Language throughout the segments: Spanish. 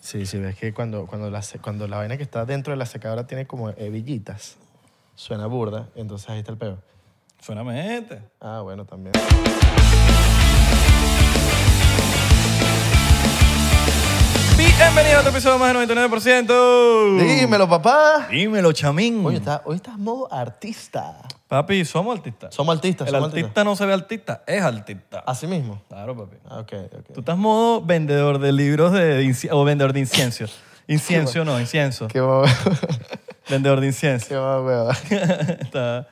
Sí, sí, ves que cuando, cuando, la, se- cuando la vaina que está dentro de la secadora tiene como hebillitas, suena burda, entonces ahí está el peo. Suena mete. Ah, bueno, también. Bienvenido a otro episodio más de 99%. Dímelo, papá. Dímelo, chamín. Oye, está- hoy estás modo artista. Papi, somos artistas. Somos artistas, Ah. El somos artista no se ve artista, es artista. Así mismo. Claro, papi. Ah, ok, ok. Tú estás modo vendedor de libros de inci- o vendedor de incienso. Incienso no, incienso. Qué bo- Vendedor de incienso. Qué bo- hueva. Está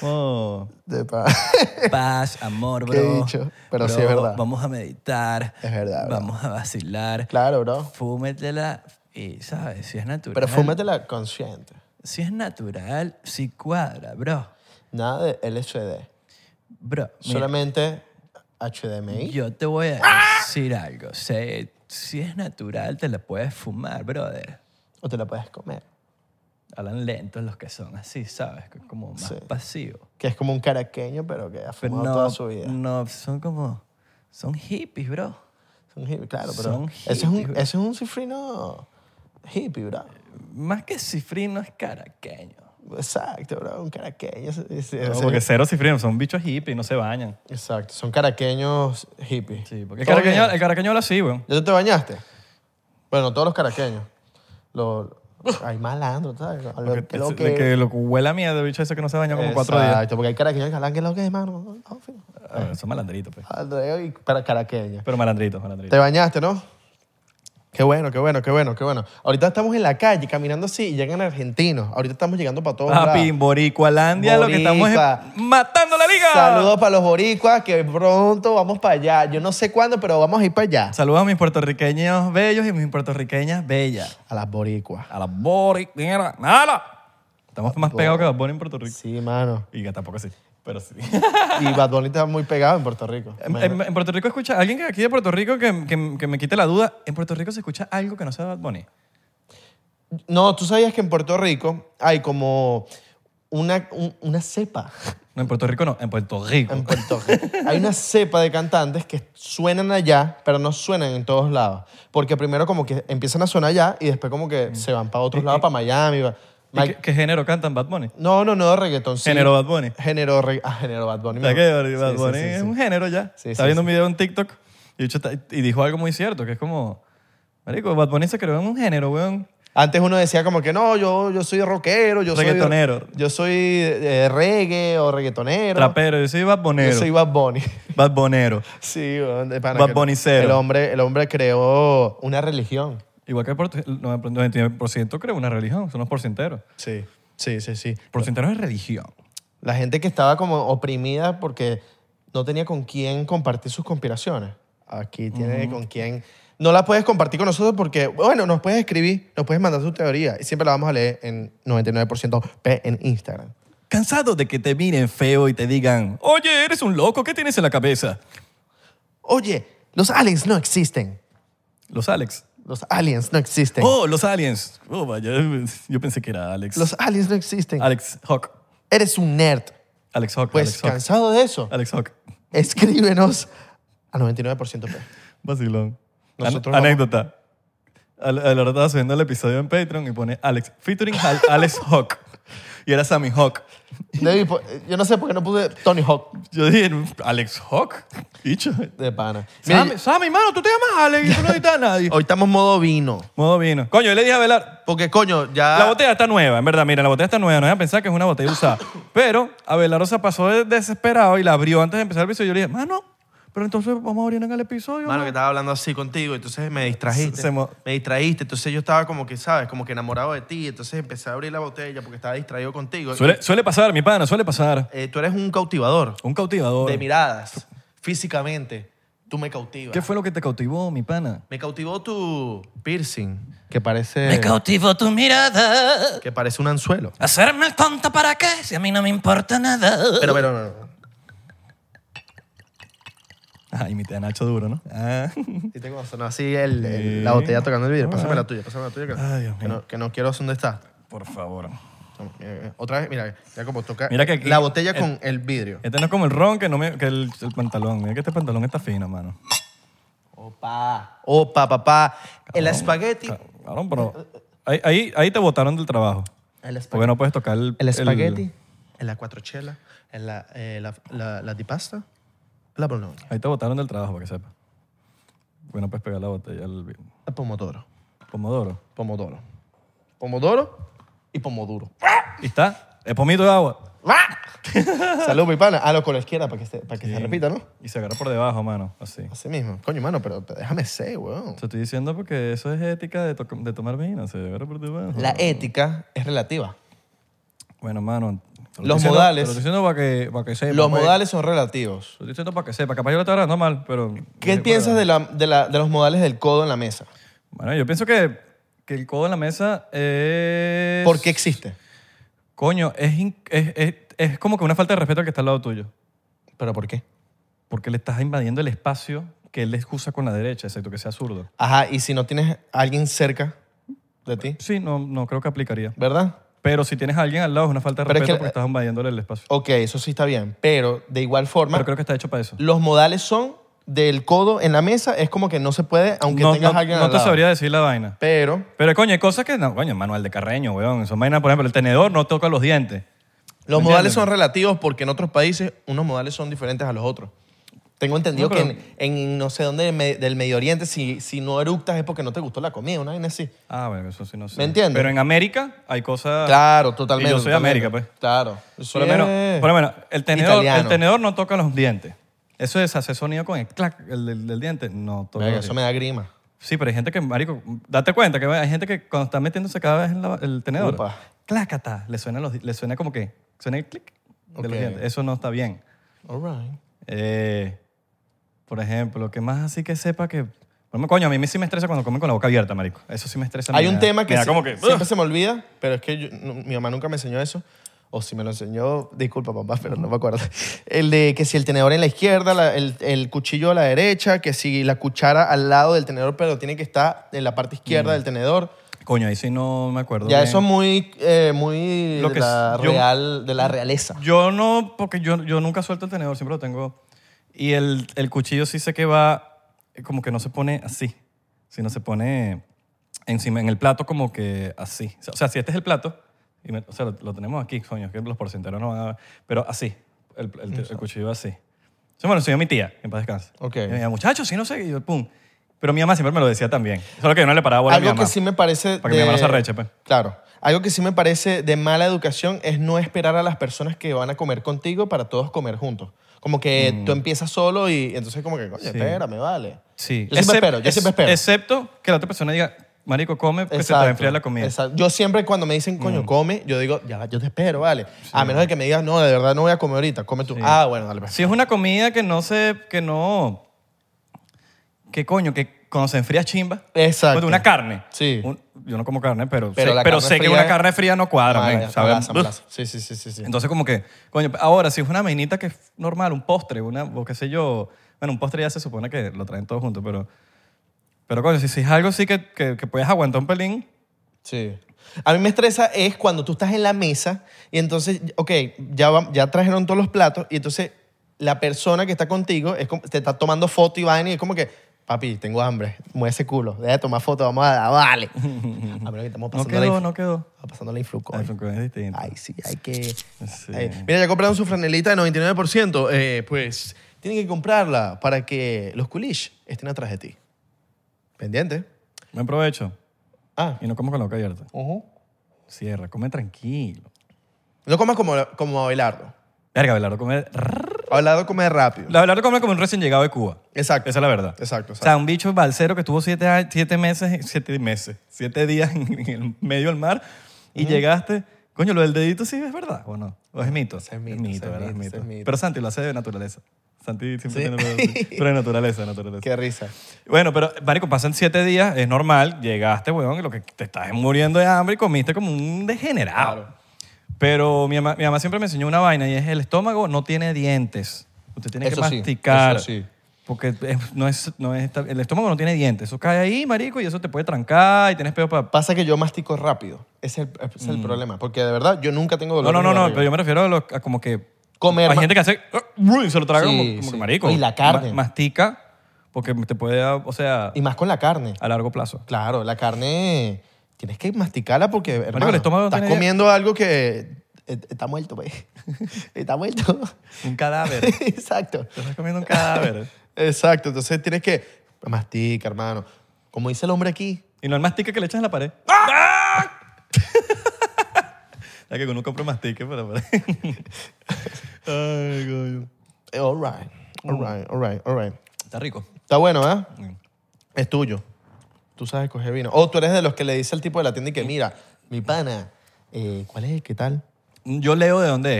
modo De pa. paz, amor, bro. Qué dicho, pero sí es verdad. Vamos a meditar. Es verdad, bro. Vamos a vacilar. Claro, bro. Fúmetela y, ¿sabes? Si es natural. Pero fúmetela consciente. Si es natural, si cuadra, bro. Nada de LSD. Bro, mira, Solamente ¡Ah! HDMI. yo te voy a decir algo. Si, si es natural, te la puedes fumar, brother. O te la puedes comer. Hablan lentos los que son así, ¿sabes? Que Como más Sí. pasivo. Que es como un caraqueño, pero que ha Pero fumado no, toda su vida. no, son como... Son hippies, bro. Son hippies, claro, pero. Son ese, es un, hippies, bro. ese es un cifrino hippie, bro. Más que cifrino es caraqueño. Exacto, bro. Un caraqueño. ese- ese- No, ese- porque cero cifrino, son bichos hippies, no se bañan. Exacto, son caraqueños hippies. Sí, porque el ¿Todo caraqueño, bien? el caraqueño habla así, weón. ¿Ya tú te bañaste? Bueno, todos los caraqueños. Los, hay malandros, ¿sabes? Lo, Porque lo es- que, de que lo que huele a mierda, bicho ese que no se baña como cuatro días. Exacto, porque hay caraqueños que hablan que es lo que es, mano. Ah, fino. Ah, bueno, son malandritos, pues. Andreo y para caraqueños. Pero malandritos, malandritos. Te bañaste, ¿no? Qué bueno, qué bueno, qué bueno, qué bueno. Ahorita estamos en la calle caminando así y llegan argentinos. Ahorita estamos llegando para todos Papi, lados. en Boricualandia lo que estamos es Boricua. matando la liga. Saludos para los boricuas que pronto vamos para allá. Yo no sé cuándo, pero vamos a ir para allá. Saludos a mis puertorriqueños bellos y mis puertorriqueñas bellas. A las boricuas. A la Boricuera. ¡Nada! Estamos más pegados que Bad Bunny en Puerto Rico. Sí, mano. Y que tampoco sí, pero sí. Y Bad Bunny está muy pegado en Puerto Rico. En, en- en Puerto Rico escucha, alguien que aquí de Puerto Rico que, que- que me quite la duda, en Puerto Rico se escucha algo que no sea Bad Bunny. No, tú sabías que en Puerto Rico hay como una, un- una cepa. No, en Puerto Rico no, en Puerto Rico. En Puerto Rico. Hay una cepa de cantantes que suenan allá, pero no suenan en todos lados. Porque primero como que empiezan a sonar allá y después como que se van para otros lados, para Miami. pa- ¿Y qué, qué género cantan Bad Bunny? No, no, no, reggaetón. sí. Género Bad Bunny. Género, re- ah, género Bad Bunny. O sea, me- que Bad sí, sí, Bunny sí, es sí. un género ya. Sí, Estaba sí, viendo un video en TikTok y, bicho está- y dijo algo muy cierto, que es como, marico, Bad Bunny se creó en un género, weón. Antes uno decía como que no, yo, yo soy rockero, yo Reggaetonero. soy... Yo soy eh, reggae o reggaetonero. Trapero, yo soy Bad Yo Bonero. soy Bad Bunny. Bad Bonero. Sí, weón, de pana Bad que Bunny el- cero. El hombre, el hombre creó una religión. Igual que el porte- el 99% creo una religión, son los porcenteros. Sí, sí, sí, sí. Porcenteros es religión. La gente que estaba como oprimida porque no tenía con quién compartir sus conspiraciones. Aquí tiene con quién... No la puedes compartir con nosotros porque, bueno, nos puedes escribir, nos puedes mandar tu teoría y siempre la vamos a leer en 99% P en Instagram. Cansado de que te miren feo y te digan, oye, eres un loco, ¿qué tienes en la cabeza? Oye, los aliens no existen. Los Alex. Los aliens no existen. Oh, los aliens. Oh, vaya, yo pensé que era Alex. Los aliens no existen. Alex Hawk. Eres un nerd. Alex Hawk. Pues Alex Hawk. cansado de eso, Alex Hawk. escríbenos a 99% P. Vacilón. Nosotros An- vamos- anécdota. Al, al ahora estaba subiendo el episodio en Patreon y pone Alex, featuring Al- Alex Hawk. Y era Sammy Hawk. David, po- yo no sé por qué no puse Tony Hawk Yo dije, Alex Hawk. Dicho. de pana. Mira, Sammy, Sammy, mano, tú te llamas Alex y tú no necesitas a nadie. hoy estamos modo vino. Modo vino. Ah. Coño, yo le dije a Velar, Porque, coño, ya... la botella está nueva, en verdad, mira, la botella está nueva, no voy a pensar que es una botella usada. Pero Abelardo se pasó de- desesperado y la abrió antes de empezar el episodio. Yo le dije, mano, pero entonces vamos a abrir en el episodio. Mano, mano". que estaba hablando así contigo, entonces me distrajiste. Se- se mo- me distraíste, entonces yo estaba como que, ¿sabes? Como que enamorado de ti, entonces empecé a abrir la botella porque estaba distraído contigo. Suele, suele pasar, mi pana, suele pasar. Eh, tú eres un cautivador Un cautivador. de miradas, físicamente. Tú me cautivas. ¿Qué fue lo que te cautivó, mi pana? Me cautivó tu piercing, que parece, cautivó tu mirada. que parece un anzuelo. Hacerme el tonto para qué si a mí no me importa nada. Pero, pero, no, no. Ah, imité a Nacho duro, ¿no? Ah. ¿Viste cómo sonó así el- el- Sí. la botella tocando el vidrio? Ah. Pásame la tuya, pásame la tuya. Que, Ay, Dios que no, que no quiero dónde está. Por favor. Toma, mira, mira. Eh, Otra vez, mira, ya como toca Mira que aquí- la botella el- con el vidrio. Este no es como el ron que, no me, que el, el pantalón. Mira que este pantalón está fino, mano. Opa. Opa, papá. El espagueti. Cabrón, Ah, pero ahí, ahí, ahí te botaron del trabajo. El Porque espagueti. no puedes tocar el... El espagueti. En la cuatrochela. En la, eh, la, la, la di pasta. La boloña. ahí te botaron del trabajo, para que sepas. Porque no puedes pegar la botella al El pomodoro. pomodoro. Pomodoro. Pomodoro y pomoduro. Y está, el pomito de agua. Salud, mi pana. Hazlo con la izquierda para que, se, para que se Ah. Sí. repita, ¿no? Y se agarra por debajo, mano, así. Así mismo. Coño, mano, pero déjame ser, weón. Te estoy diciendo porque eso es ética de, to- de tomar vino. Se agarra por debajo. La ética es relativa. Bueno, mano. te lo Los estoy diciendo- modales. Te lo estoy diciendo para que, para que sepa. Los pues. modales son relativos. Te lo estoy diciendo para que sepa. Capaz yo lo estoy agarrando mal, pero... ¿Qué piensas de, la, de, la- de los modales del codo en la mesa? Bueno, yo pienso que, que el codo en la mesa es... ¿Por qué existe? Coño, es, in- es, es, es como que una falta de respeto al que está al lado tuyo. ¿Pero por qué? Porque le estás invadiendo el espacio que él excusa con la derecha, excepto que sea zurdo. Ajá, y si no tienes a alguien cerca de ti, Sí, no, no creo que aplicaría. ¿verdad? Pero si tienes a alguien al lado es una falta de Pero es respeto que- porque estás invadiéndole el espacio. Ok, eso sí está bien, pero de igual forma, Pero creo que está hecho para eso. los modales son del codo en la mesa, es como que no se puede, aunque No, tengas no- a alguien no al te lado. sabría decir la vaina. Pero Pero coño, hay cosas que no, coño, manual de Carreño, weón. Son vainas, por ejemplo, el tenedor no toca los dientes. los ¿Me modales entiendes? son relativos porque en otros países unos modales son diferentes a los otros. Tengo entendido No, pero- que en, en no sé dónde del Me- del Medio Oriente, si, si no eructas es porque no te gustó la comida, una vaina así. Ah, bueno, eso sí no sé. ¿Me entiendes? Pero en América hay cosas. Claro, totalmente. Y yo soy de totalmente. América, pues. Claro. Por lo menos, por lo menos el, tenedor, Italiano. el tenedor no toca los dientes. Eso es hacer sonido con el clac el del, del diente. No toca. Verga, los eso dientes. me da grima. Sí, pero hay gente que, marico, date cuenta que hay gente que cuando está metiéndose cada vez en la- el tenedor, Upa. clácata, le suena, los, di- le suena como que, suena el clic de Ok. los dientes. Eso no está bien. All right. Eh, por ejemplo, que más así que sepa que... Bueno, coño, a mí sí me estresa cuando comen con la boca abierta, marico. Eso sí me estresa. Hay me un da- tema que, me da si- como que... siempre se me olvida, pero es que yo- no, mi mamá nunca me enseñó eso. O si me lo enseñó, disculpa papá, pero no me acuerdo. El de que si el tenedor en la izquierda, la- el, el cuchillo a la derecha, que si la cuchara al lado del tenedor, pero tiene que estar en la parte izquierda Mm. del tenedor. Coño, ahí sí no me acuerdo. Ya bien. eso es muy, eh, muy Lo de, que la es- yo- real, de la realeza. Yo no, porque yo, yo nunca suelto el tenedor, siempre lo tengo. Y el, el cuchillo sí sé que va, eh, como que no se pone así, sino se pone encima, en el plato como que así. O sea, si este es el plato, y me- o sea, lo, lo tenemos aquí, coño, que los porcenteros no van a ver, pero así, el, el- el cuchillo así. Eso me lo enseñó mi tía, en paz descanse. Ok. Y me decía, muchachos, sí, no sé, y yo, pum. Pero mi mamá siempre me lo decía también. Solo que yo no le paraba bola a mi Algo mamá. que sí me parece... Para que mi de- mamá no se arreche, pues. Claro. Algo que sí me parece de mala educación es no esperar a las personas que van a comer contigo para todos comer juntos. Como que tú empiezas solo y entonces como que, coño, Mm. Sí. espera, me vale. Sí. Yo siempre Excep- espero, yo ex- siempre espero. Excepto que la otra persona diga, marico, come, que se Pues te va a Exacto, enfriar la comida. Mm. exacto. Yo siempre cuando me dicen, coño, come, yo digo, ya, va, yo te espero, vale. A menos de que me digas, no, de verdad no voy a comer ahorita, come tú. Ah, bueno, dale. pues. Si es una comida que no se. que no. que coño, que cuando se enfría chimba. Exacto. Ponte Pues Una carne. Sí. Un- yo no como carne, pero, Pero sé, la pero carne sé que fría- una carne fría no cuadra, Ah, men, ya, ¿sabes? embaraza, embaraza. Sí, sí, sí, sí, sí. Entonces, como que, coño, ahora, si es una vainita que es normal, un postre, una, o qué sé yo, bueno, un postre ya se supone que lo traen todos juntos, pero, pero coño, si, si es algo sí que, que, que puedes aguantar un pelín, Sí. A mí me estresa es cuando tú estás en la mesa y entonces, ok, ya, va- ya trajeron todos los platos y entonces la persona que está contigo es como- te está tomando foto y vaina y es como que, papi, tengo hambre, mueve ese culo, deja de tomar foto, vamos a, vale. A menos que estamos no pasando la quedó, inf- no quedó. estamos pasando la influcón. Ay, es distinto. Ay, sí, hay que... Sí. Ay, mira, ya compraron su franelita de 99%, eh, pues tienen que comprarla para que los culish estén atrás de ti. Pendiente. Buen provecho. Ah. Y no como con la boca abierta. ujú. Cierra, come tranquilo. No comas como, como Abelardo. Verga, Abelardo come. Abelardo come rápido. Abelardo come como un recién llegado de Cuba. Exacto. Esa es la verdad. Exacto, O sea, un bicho balsero que estuvo siete, a- siete meses, siete meses, siete días en, el medio del mar y llegaste. Coño, lo del dedito sí es verdad o no. O es mito. Ese es mito, ese es ¿verdad? mito, ese es mito. Pero Santi lo hace de naturaleza. Santi siempre Sí. tiene lo de- Pero de naturaleza, de naturaleza. Qué risa. Bueno, pero, Marico, pasan siete días, es normal, llegaste, weón, y lo que te estás muriendo de hambre y comiste como un degenerado. Claro. Pero mi mamá, mi mamá siempre me enseñó una vaina y es el estómago no tiene dientes. Usted tiene que Eso sí, masticar. eso sí. Porque es- no es, no es, el estómago no tiene dientes. Eso cae ahí, marico, y eso te puede trancar y tienes peor para... Pasa que yo mastico rápido. Ese es el, ese es el problema. Porque de verdad, yo nunca tengo No, dolor. Mm. no, en no, la no, barriga. pero yo me refiero a, los- a como que... Comer Hay ma- gente que hace... "Ah, uy", y se lo traga Sí, como, como sí. que marico. Y la carne. ma- mastica Porque te puede dar, o sea, Y más con la carne. a largo plazo. Claro, la carne tienes que masticarla porque, hermano, el estómago estás tiene- comiendo algo que eh, está muerto, pues. está muerto. Un cadáver. Exacto. Te estás comiendo un cadáver. Exacto. Entonces tienes que mastica, hermano. Como dice el hombre aquí, Y no el mastique que le echas en la pared. Ya que uno compra mastique para... para- Ay, coño. eh, all right, all right, all right, all right. Está rico. Está bueno, ¿eh? Mm. Es tuyo. Tú sabes coger vino. O tú eres de los que le dice al tipo de la tienda y que, mira, mi pana, eh, ¿cuál es el qué tal? Yo leo de dónde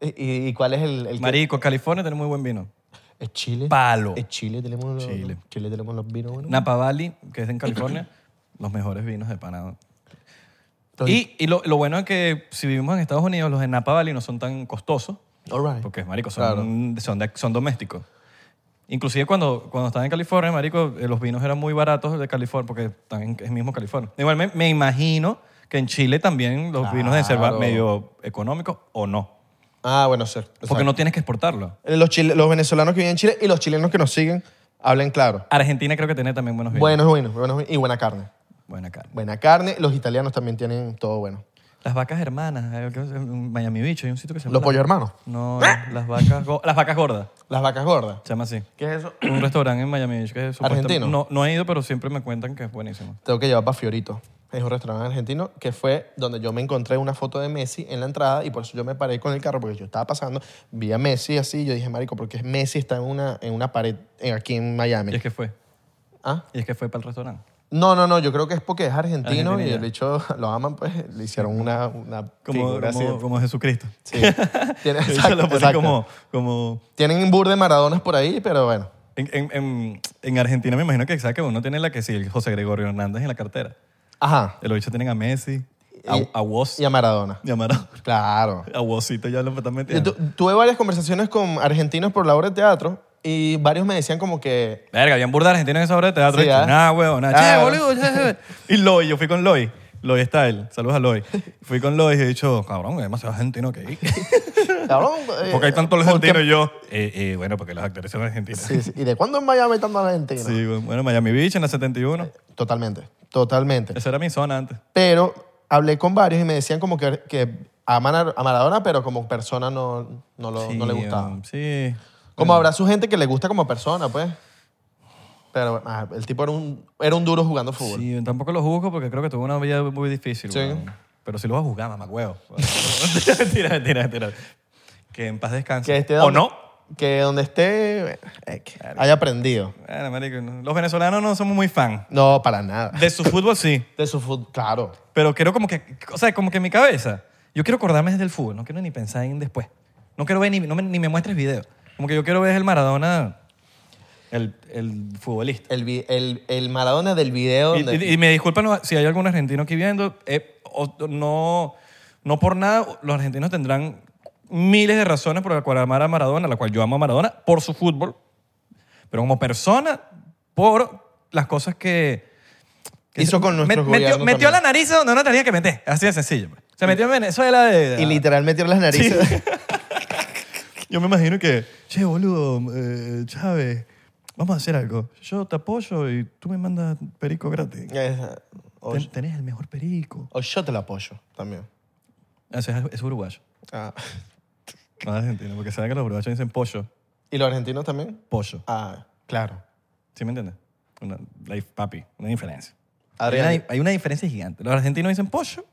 es. ¿Y, y- y cuál es el, el que- Marico, California tiene muy buen vino. ¿Es Chile? Palo. ¿Es Chile? ¿Tenemos los, Chile. Chile tenemos los vinos buenos? Napa Valley, que es en California, los mejores vinos de Panamá. Entonces- Y, y lo, lo bueno es que si vivimos en Estados Unidos, los de Napa Valley no son tan costosos, All right. porque, marico, son, son, de- son domésticos. Inclusive cuando, cuando estaba en California, marico, eh, los vinos eran muy baratos de California, porque están en el mismo California. Igual me, me imagino que en Chile también los vinos deben ser Claro. medio económicos o no, Ah, bueno, sí. exacto. Eh, porque no tienes que exportarlo. Los, chile- los venezolanos que viven en Chile y los chilenos que nos siguen hablen claro. Argentina creo que tiene también buenos vinos. Buenos, buenos, buenos vinos y buena carne. Buena carne. Buena carne. Los italianos también tienen todo bueno. Las vacas hermanas, eh, que- en Miami Beach, hay un sitio que se llama... Los La- pollos hermanos. No, las las vacas, go- las vacas gordas, Las vacas gordas. se llama así. ¿Qué es eso? Un restaurante en Miami Beach que es ¿Argentino? No, no he ido, pero siempre me cuentan que es buenísimo. Tengo que llevar para Fiorito. Es un restaurante argentino que fue donde yo me encontré una foto de Messi en la entrada y por eso yo me paré con el carro porque yo estaba pasando, vi a Messi así yo dije, marico, porque Messi está en una, en una pared en- aquí en Miami. Y es que fue. ¿Ah? Y es que fue para el restaurante. No, no, no, yo creo que es porque es argentino Argentino, y ya. el bicho lo aman, pues le hicieron una, una Como, figura como, así. como Jesucristo. Sí. Tiene- Eso exacto, lo ponen exacto. como... como Tienen un bur de Maradonas por ahí, pero bueno. en, en, en, en Argentina me imagino que, ¿sabes? que uno tiene la que sí, el José Gregorio Hernández en la cartera. Ajá. Los bichos tienen a Messi, a, Y- a Woz, Y a Maradona. llamaron Claro. a Wozito ya lo están Yo metiendo. tu- tuve varias conversaciones con argentinos por la obra de teatro y varios me decían como que Verga, habían burda argentino en esa obra de teatro. Sí, y yo, ¿ah? nah, huevón, nah. Ah, Che, bueno. boludo, che, che". Y Loy, yo fui con Loy. Loy está él. Saludos a Loy. Fui con Loy y he dicho, cabrón, hay demasiado argentino que hay. Cabrón, eh, Porque hay tantos ¿por qué? argentinos y yo. "Eh, eh, bueno, porque los actores son argentinos. Sí, Sí, sí. ¿Y de cuándo en Miami hay tantos argentinos? bueno, Miami Beach en la 71. Totalmente, totalmente. Esa era mi zona antes. Pero hablé con varios y me decían como que, que aman a, a Maradona, pero como persona no, no, lo- no le Sí, gustaba. um, Sí. Como habrá su gente que le gusta como persona, pues. Pero ah, el tipo era un, era un duro jugando fútbol. Sí, tampoco lo juzgo porque creo que tuvo una vida muy difícil. Sí. weón. Pero sí lo va a juzgar, mamá, huevo. mentira, mentira, mentira. Que en paz descanse. Que esté ¿O donde- no? Que donde esté, eh, que haya aprendido. Bueno, marico, no. los venezolanos no somos muy fan. No, para nada. De su fútbol sí, De su fútbol, claro. pero quiero como que, o sea, como que en mi cabeza, yo quiero acordarme desde el fútbol, no quiero ni pensar en después. No quiero ver ni, no me, ni me muestres video. Como que yo quiero ver el Maradona, el, el futbolista. El, vi- el, el Maradona del video. Y, donde- y- y me disculpan los- si hay algún argentino aquí viendo, eh, o- no, no por nada, los argentinos tendrán miles de razones por las cuales amar a Maradona, la cual yo amo a Maradona, por su fútbol, pero como persona, por las cosas que... que Hizo se- con nuestros metió, gobiernos metió también. la nariz donde no tenía que meter, así de sencillo. pues. Se metió en Venezuela de... y literal metieron las narices. Yo me imagino que, che, boludo, eh, Chávez, vamos a hacer algo. Yo te apoyo y tú me mandas perico gratis. Eh, o- Ten- tenés el mejor perico. O yo te lo apoyo también. Eso es, es uruguayo. Ah. No es argentino, porque saben que los uruguayos dicen pollo. ¿Y los argentinos también? Pollo. Ah, claro. ¿Sí me entiendes? Una, la dif- papi, una diferencia. Hay Adrián. una, hay una diferencia gigante. Los argentinos dicen pollo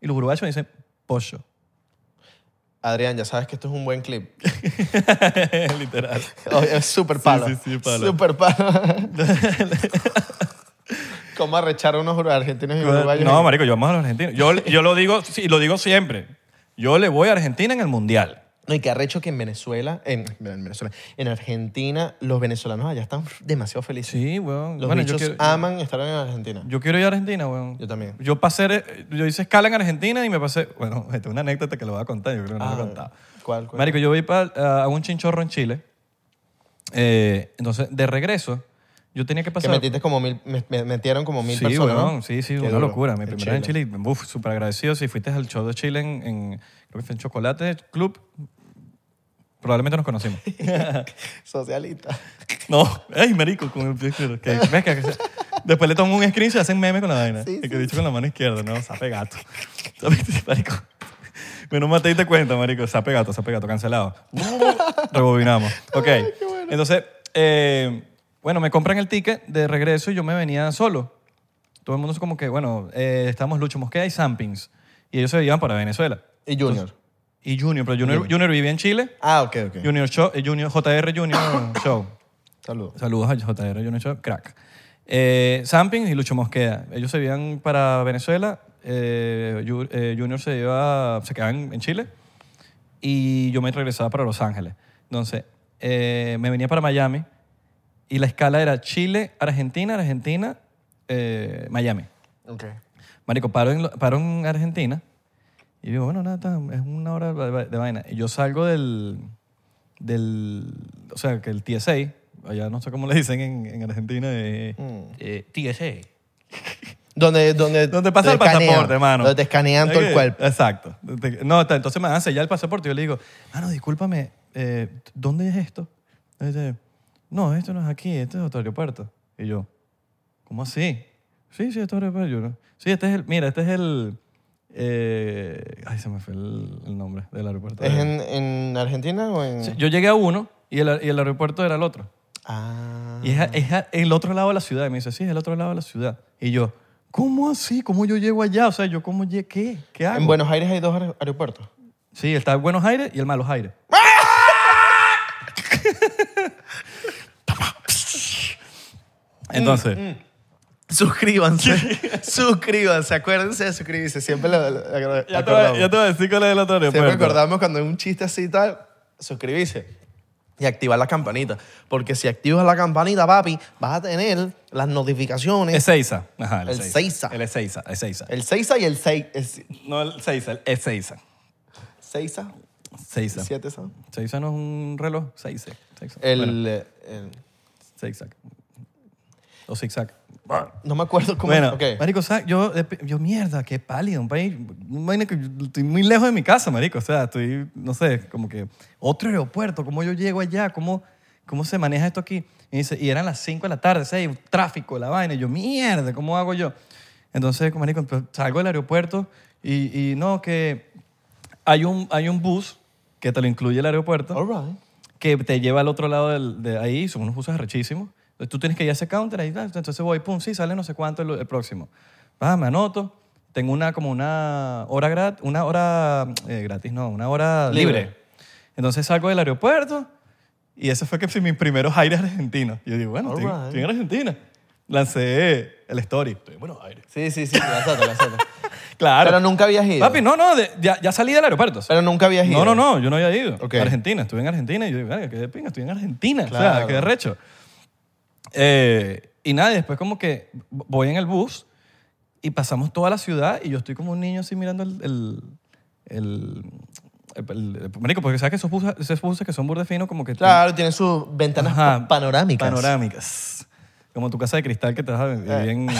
y los uruguayos dicen pollo. Adrián, ya sabes que esto es un buen clip. Literal. Oh, es súper palo. Sí, sí, sí, palo. Súper palo. ¿Cómo arrechar a unos ur- argentinos y uruguayos? No, marico, yo amo a los argentinos. Yo, yo lo digo y lo digo siempre. Yo le voy a Argentina en el Mundial. No, y que arrecho que en Venezuela, en, en Venezuela, en Argentina, los venezolanos allá están demasiado felices. Sí, weón. Los bueno, yo bichos quiero, aman estar en Argentina. yo quiero ir a Argentina, weón. Yo también. Yo pasé, eh, yo hice escala en Argentina y me pasé, bueno, esta es una anécdota que lo voy a contar, yo creo que no lo he Ah, contado. ¿Cuál? cuál? Marico, yo voy para, a un chinchorro en Chile. Eh, entonces, de regreso, yo tenía que que pasar. metiste como mil, me- me- metieron como mil sí, personas. weón, ¿no? sí, sí, Qué una duro. locura. Mi En primera vez en Chile, y, uf, súper agradecido. Si fuiste al show de Chile en, en- creo que fue en Chocolate Club, probablemente nos conocimos. Socialista. No, ay, marico, con el pie izquierdo. Que, ves que- que- después le tomo un screenshot y hacen meme con la vaina. Sí, el que he dicho con la mano izquierda, no, sape gato. Sape- marico. Menos mal te diste cuenta, marico. Sape gato, sape gato, cancelado. Uh, Rebobinamos. Ok. Entonces, eh, bueno, me compran el ticket de regreso y yo me venía solo. Todo el mundo es como que, bueno, eh, estamos Lucho Mosqueda y Sampings. Y ellos se iban para Venezuela. Y Junior. Y Junior, pero Junior, Junior vivía en Chile. Ah, ok, ok. Junior Show, eh, Junior, JR Junior Show. Saludos. Saludos a JR Junior Show, crack. Eh, Samping y Lucho Mosqueda. Ellos se iban para Venezuela. eh, Ju- eh, Junior se iba, se quedaba en, en Chile. Y yo me regresaba para Los Ángeles. Entonces, eh, me venía para Miami. Y la escala era Chile, Argentina, Argentina, eh, Miami. Ok. Marico, paro en, lo- paro en Argentina y digo, bueno, nada, ta- es una hora de va- de vaina. Y yo salgo del, del, o sea, que el TSA, allá no sé cómo le dicen en, en Argentina, eh, eh, TSA. Donde, donde, Donde pasa te el escanean, pasaporte, mano. Donde te escanean todo el Ok, cuerpo. Exacto. Te- No, ta- entonces me dan sellar el pasaporte y yo le digo, mano, discúlpame, eh, ¿dónde es esto? Me dice, no, esto no es aquí, esto es otro aeropuerto. Y yo, ¿cómo así? Sí, sí, esto es aeropuerto. Yo, "No". sí, este es el, mira, este es el, eh, ay, se me fue el, el nombre del aeropuerto. ¿Es en, en Argentina o en...? Sí, Yo llegué a uno y el, y el aeropuerto era el otro. Ah. Y es, a- es a- el otro lado de la ciudad. Y me dice, sí, es el otro lado de la ciudad. Y yo, ¿cómo así? ¿Cómo yo llego allá? O sea, ¿yo cómo llegué? ¿Qué? ¿Qué hago? En Buenos Aires hay dos aer- aeropuertos. Sí, está el Buenos Aires y el Malos Aires. Mm, Entonces, Suscríbanse. suscríbanse. Acuérdense de suscribirse. Siempre lo, lo- lo- ya, te voy, a- acordamos. ya te voy a decir cuál es el otro Siempre aeropuerto. acordamos cuando hay un chiste así y tal, suscribirse y activar la campanita. Porque si activas la campanita, papi, vas a tener las notificaciones. Ezeiza. Ajá, el, El Ezeiza. Seiza. Eh, El Ezeiza, Ezeiza. El 6 y el 6. El No el Seiza, el Ezeiza. 6 Seiza. 7 Seiza no es un reloj, Seiza. Seiza. El, eh, Bueno, el- zigzag. O zigzag. No me acuerdo cómo. Bueno, ok. marico, o sea, yo, de- yo mierda, qué pálido, un país, un vaina que yo estoy muy lejos de mi casa, marico, o sea, estoy, no sé, como que otro aeropuerto, cómo yo llego allá, cómo, cómo se maneja esto aquí, y, dice, y eran las 5 de la tarde, 6, un tráfico, la vaina, y yo, mierda, ¿cómo hago yo? Entonces, marico, pues, salgo del aeropuerto y, y no, que hay un, hay un bus que te lo incluye el aeropuerto, All right. que te lleva al otro lado del- de ahí, son unos buses rechísimos. Entonces tú tienes que ir a ese counter, ahí, ah, entonces voy, pum, sí, sale no sé cuánto el, el próximo. Va, me anoto, tengo una como una hora gratis, una hora eh, gratis, no, una hora libre. Libre. Entonces salgo del aeropuerto y ese fue que sí, mis primeros aires argentinos. Yo digo, bueno, estoy, Alright. estoy en Argentina. Lancé el story. Estoy en Buenos Aires. Sí, sí, sí. Lanzate, lanzate. Claro. Pero nunca habías ido. Papi, no, no, de- ya, ya salí del aeropuerto. Pero nunca habías ido. No, no, no, yo no había ido. Ok. Argentina, estuve en Argentina y yo digo, verga, qué de pinga, estoy en Argentina. O sea, Claro. qué recho. Eh, y nada, y después como que voy en el bus y pasamos toda la ciudad y yo estoy como un niño así mirando el... el, el- el- el- marico, porque sabes que esos buses, esos buses que son burde fino como que... Claro, tiene sus ventanas Ajá. panorámicas. Panorámicas. Como tu casa de cristal que te vas a vivir Eh. en- en-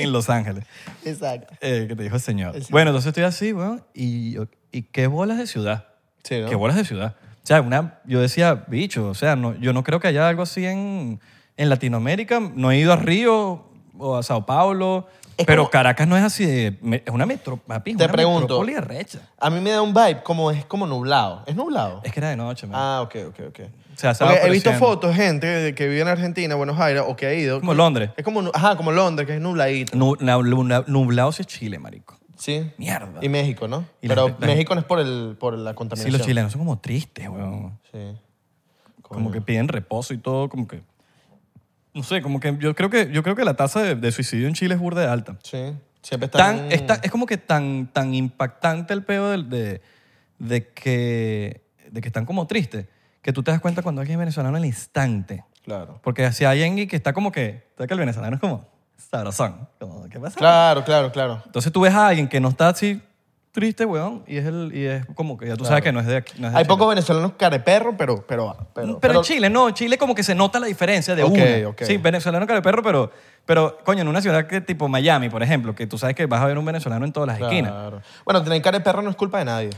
en Los Ángeles. Exacto. Eh, que te dijo el señor. Bueno, entonces estoy así, weón, y, y qué bolas de ciudad. Sí, ¿no? Qué bolas de ciudad. O sea, una, yo decía, bicho, o sea, no, yo no creo que haya algo así en, en Latinoamérica. No he ido a Río o a Sao Paulo, Es pero como- Caracas no es así. de- me- es una metro, papi, es Te una pregunto. metrópoli arrecha. A mí me da un vibe como es como nublado. ¿Es nublado? Es que era de noche, man. Ah, ok, ok, ok. O sea, estaba Porque he visto apareciendo. fotos, gente de- que vive en Argentina, Buenos Aires, o que ha ido. Como Londres. Es como, nu- ajá, como Londres, que es nubladito. Nu- na- luna- nublado si es Chile, marico. Sí. Mierda. Y México, ¿no? Y la Pero gente- la México no es por, el, por la sí, contaminación. los chilenos son como tristes, weón. Sí. como que piden reposo y todo, como que no sé, como que yo creo que yo creo que la tasa de, de suicidio en Chile es burda de alta. Sí. Siempre están... Tan, es, tan- es como que tan tan impactante el peo del- de, de, que de que están como tristes, que tú te das cuenta cuando alguien es venezolano al instante, Claro. porque si hay alguien que está como que, sabes que el venezolano es como sabrosón, como ¿qué pasa? Claro, claro, claro. Entonces tú ves a alguien que no está así triste, weón, y es el y es como que ya tú sabes que no es de aquí, no es de Hay Chile. Mm, pocos venezolanos careperro, pero... Pero, Pero, pero, en Chile, no, Chile como que se nota la diferencia de Ok, una. ok. Sí, venezolano cara de perro, pero, pero coño, en una ciudad que tipo Miami, por ejemplo, que tú sabes que vas a ver un venezolano en todas las esquinas. Claro. Bueno, tener careperro no es culpa de nadie.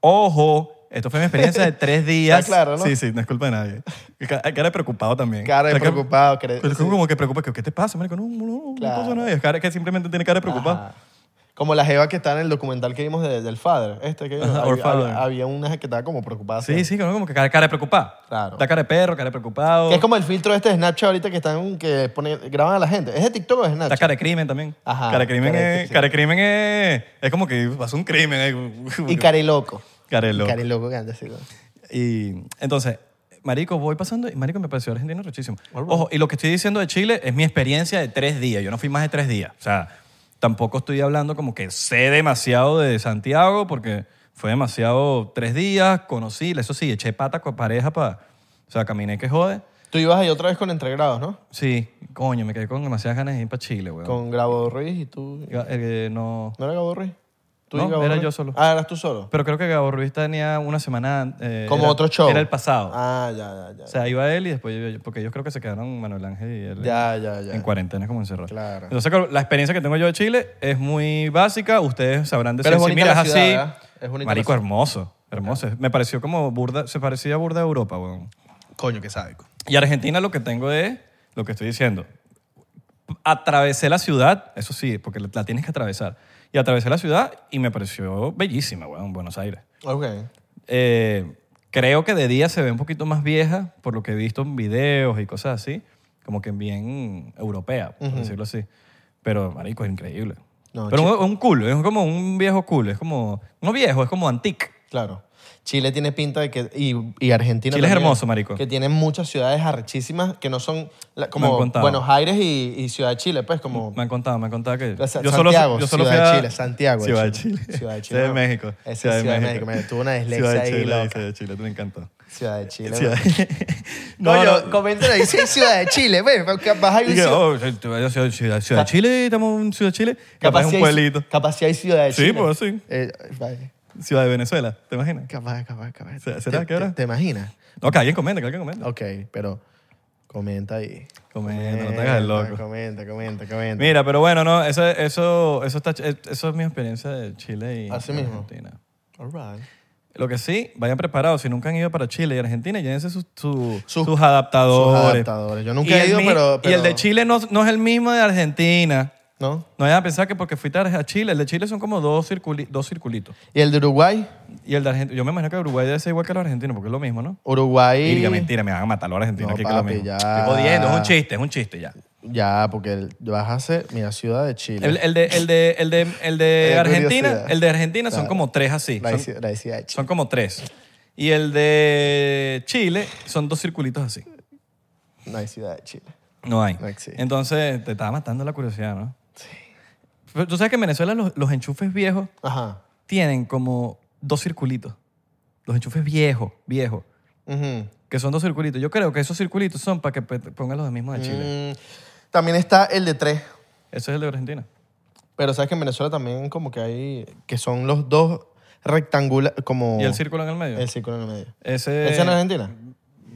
Ojo, Esto fue mi experiencia de tres días. Está claro, ¿no? Sí, sí, no es culpa de nadie. Ca- Cara de preocupado también. Cara de O sea, que- preocupado. cre- pero es sí. como que preocupa, que ¿qué te pasa, marico? No, no, no, Claro. no pasa nada. Es cara que simplemente tiene cara de preocupado. Ajá. Ah. Como la jeva que está en el documental que vimos de- del Father. Este que Ajá, Our había, Father. había- había una que estaba como preocupada. Sí, sí, como como que cara, cara de preocupado. Claro. Da cara de perro, cara de preocupado. Que es como el filtro este de Snapchat ahorita que están que pone- graban a la gente. ¿Es de TikTok o de Da Snapchat? cara de crimen también. Ajá, Cara de crimen, cara de- es, sí. cara de crimen es, es como que pasó un crimen. eh. Y cariloco. Cara de loco. Cariloco que antes sí, ¿no? Y entonces, marico, voy pasando y marico me pareció argentino rechísimo. Ojo, y lo que estoy diciendo de Chile es mi experiencia de tres días. Yo no fui más de tres días. O sea, tampoco estoy hablando como que sé demasiado de Santiago porque fue demasiado tres días, conocí, eso sí, eché pata con pareja para... O sea, caminé que jode. Tú ibas ahí otra vez con entregrados, ¿no? Sí, coño, me quedé con demasiadas ganas de ir para Chile, weón. Con Gabo Ruiz y tú. Ga- eh, no... ¿No era Gabo Ruiz? Tú No, y Gabo era Ruiz. yo solo. Ah, eras tú solo. Pero creo que Gabo Ruiz tenía una semana... eh, Como era- otro show. Era el pasado. Ah, ya, ya, O ya. sea, iba él y después yo, yo- porque ellos creo que se quedaron Manuel Ángel y él Ya, ya, ya. en cuarentena como encerrados. Claro. Entonces, claro, la experiencia que tengo yo de Chile es muy básica. Ustedes sabrán decir Pero es si bonita miras la así. ciudad, ¿verdad? Es bonita la Marico, ciudad. hermoso. Hermoso. Me pareció como burda, se parecía a burda de Europa, weón. Coño, que sádico. Y Argentina lo que tengo es lo que estoy diciendo. Atravesé la ciudad, eso sí, porque la- la tienes que atravesar. Y atravesé la ciudad y me pareció bellísima, weón, Buenos Aires. Ok. Eh, creo que de día se ve un poquito más vieja, por lo que he visto en videos y cosas así, como que bien europea, por decirlo así. Pero, marico, es increíble. No, Pero es un cool, es como un viejo cool, es como, no viejo, es como antique. Claro. Chile tiene pinta de que. Y, y Argentina. Chile es también, hermoso, marico. Que tienen muchas ciudades arrechísimas que no son la- Me han como contado. Buenos Aires y, y Ciudad de Chile, pues, como. Me han contado, me han contado que... Sa- Santiago, Ciudad de Chile, Santiago de Ciudad de Chile. Chile. Ciudad de Chile, Ciudad de no. México. Esa es Ciudad de México, me tuvo una dislexia Ciudad de ahí Chile, loca. Ciudad de Chile, me encantó. Ciudad de Chile. Ciudad- güey. No, Coño, no. comenten ahí, sí, Ciudad de Chile, güey. Capaz hay un Y que, ciudad- oh, ciudad, ciudad- ciudad- ciudad de Chile, estamos en Ciudad de Chile. Capaz es sí un hay- pueblito. Capaz sí hay Ciudad de Sí, Chile. pues, sí. Eh, vale. Ciudad de Venezuela, ¿te imaginas? Capaz, capaz, capaz. ¿Será- será ¿Te- que ahora? te- ¿Te imaginas? No, que alguien comente, que alguien comente. Ok, pero comenta ahí. Comenta, no te hagas el loco. Comenta, comenta, comenta. Mira, pero bueno, no, eso, eso, eso, está, ch- eh, eso es mi experiencia de Chile y Así mismo. Argentina. All right. Lo que sí, vayan preparados. Si nunca han ido para Chile y Argentina, llévense sus, su- Sus- sus adaptadores. sus adaptadores. Yo nunca Y he el ido, mi- pero- Y el de pero- Chile no, no es el mismo de Argentina. ¿No? No vayan a pensar que porque fuiste a Chile, el de Chile son como dos, circuli- dos circulitos. ¿Y el de Uruguay? Y el de Argentina, yo me imagino que Uruguay debe ser igual que los argentinos, porque es lo mismo, ¿no? Uruguay. Diga, mentira, me van a matar los argentinos No, aquí que es lo papi, mismo. ya. Estoy jodiendo, es un chiste, es un chiste ya. Ya, porque el- vas a hacer, mira, Ciudad de Chile. El, el de, el de, el de, el de Eh, Argentina, curiosidad. el de Argentina son Claro. como tres así. la, Son, ci- la ciudad de Chile. son como tres. Y el de Chile son dos circulitos así. No hay Ciudad de Chile. No hay. No existe. Entonces, te estaba matando la curiosidad, ¿no? Sí. Pero tú sabes que en Venezuela los, los enchufes viejos Ajá. tienen como dos circulitos. Los enchufes viejos, viejos, Ujú. que son dos circulitos. Yo creo que esos circulitos son para que pe- pongan los mismos de Chile. Mm, también está el de tres. Eso es el de Argentina. Pero sabes que en Venezuela también como que hay, que son los dos rectangulares, como ¿Y el círculo en el medio? Oh. el círculo en el medio. Ese, ¿Ese en Argentina?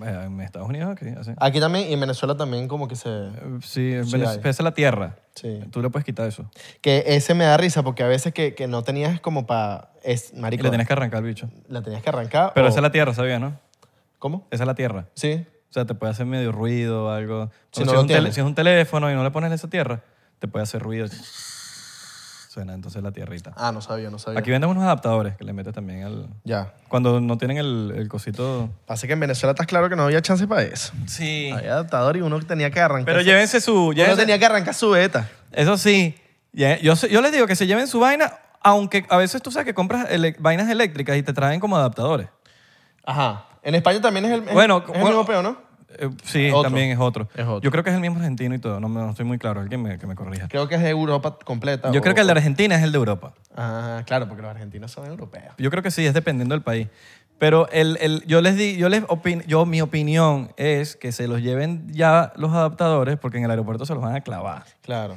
Eh, En Estados Unidos, aquí, así. Aquí también, y en Venezuela también como que se... Eh, Sí, en Ah. Sí, Venez- hay. esa es la tierra. Sí. Tú le puedes quitar eso. Que ese me da risa porque a veces que, que no tenías como para... Es, Y marico, le tienes que arrancar, bicho. la tenías que arrancar. Pero o- esa es la tierra, ¿sabías, no? ¿Cómo? Esa es la tierra. Sí. O sea, te puede hacer medio ruido o algo. Si Pero no lo es un tele- tienes. si es un teléfono y no le pones esa tierra, te puede hacer ruido. Suena entonces la tierrita. Ah, no sabía, no sabía. Aquí venden unos adaptadores que le metes también al... Ya. Cuando no tienen el, el cosito... Pasa que en Venezuela estás claro que no había chance para eso. Sí. Había adaptador y uno tenía que arrancar. Pero su- llévense su... Ah, Uno llévense- tenía que arrancar su beta. Eso sí, ya- yo, sé- yo les digo que se lleven su vaina, aunque a veces tú sabes que compras ele- vainas eléctricas y te traen como adaptadores. Ajá. En España también es el, es- Bueno, es el bueno- mismo peo, ¿no? Eh, sí, Otro. también es otro. Es otro. Yo creo que es el mismo argentino y todo, no, me- no estoy muy claro, alguien me- que me corrija. Creo que es de Europa completa. Yo o- creo que el de Argentina es el de Europa. Ah, claro, porque los argentinos son europeos. Yo creo que sí, es dependiendo del país. Pero el, el- yo les di, yo les opin- yo mi opinión es que se los lleven ya los adaptadores porque en el aeropuerto se los van a clavar. Claro.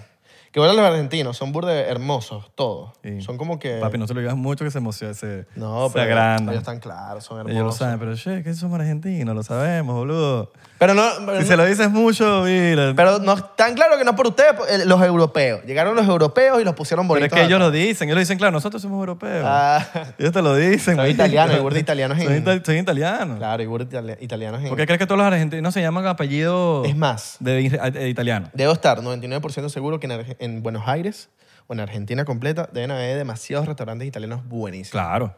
Que bueno, los argentinos son burde hermosos, todos. Sí. Son como que. Papi, no te lo digas mucho que se emociona, se, Eh. no, se pero agranda. ellos están claros, son hermosos. Ellos lo saben, pero che, que somos argentinos, lo sabemos, boludo. Pero no, pero Si no- se lo dices mucho, mira. Pero, pero no es tan claro que no es por ustedes, por- eh, los europeos. Llegaron los europeos y los pusieron bonitos. es que ellos atrás. lo dicen, ellos lo dicen, claro, nosotros somos europeos. Ah, Ellos te lo dicen. Son marico. italianos, el burda italiano es Son, en- ita- son italianos. claro, y burde itali- italianos en- ¿Por qué crees que todos los argentinos se llaman apellido Es más, de, de italiano? debo estar 99% seguro que en, Arge- en Buenos Aires o en Argentina completa deben haber demasiados restaurantes italianos buenísimos. Claro.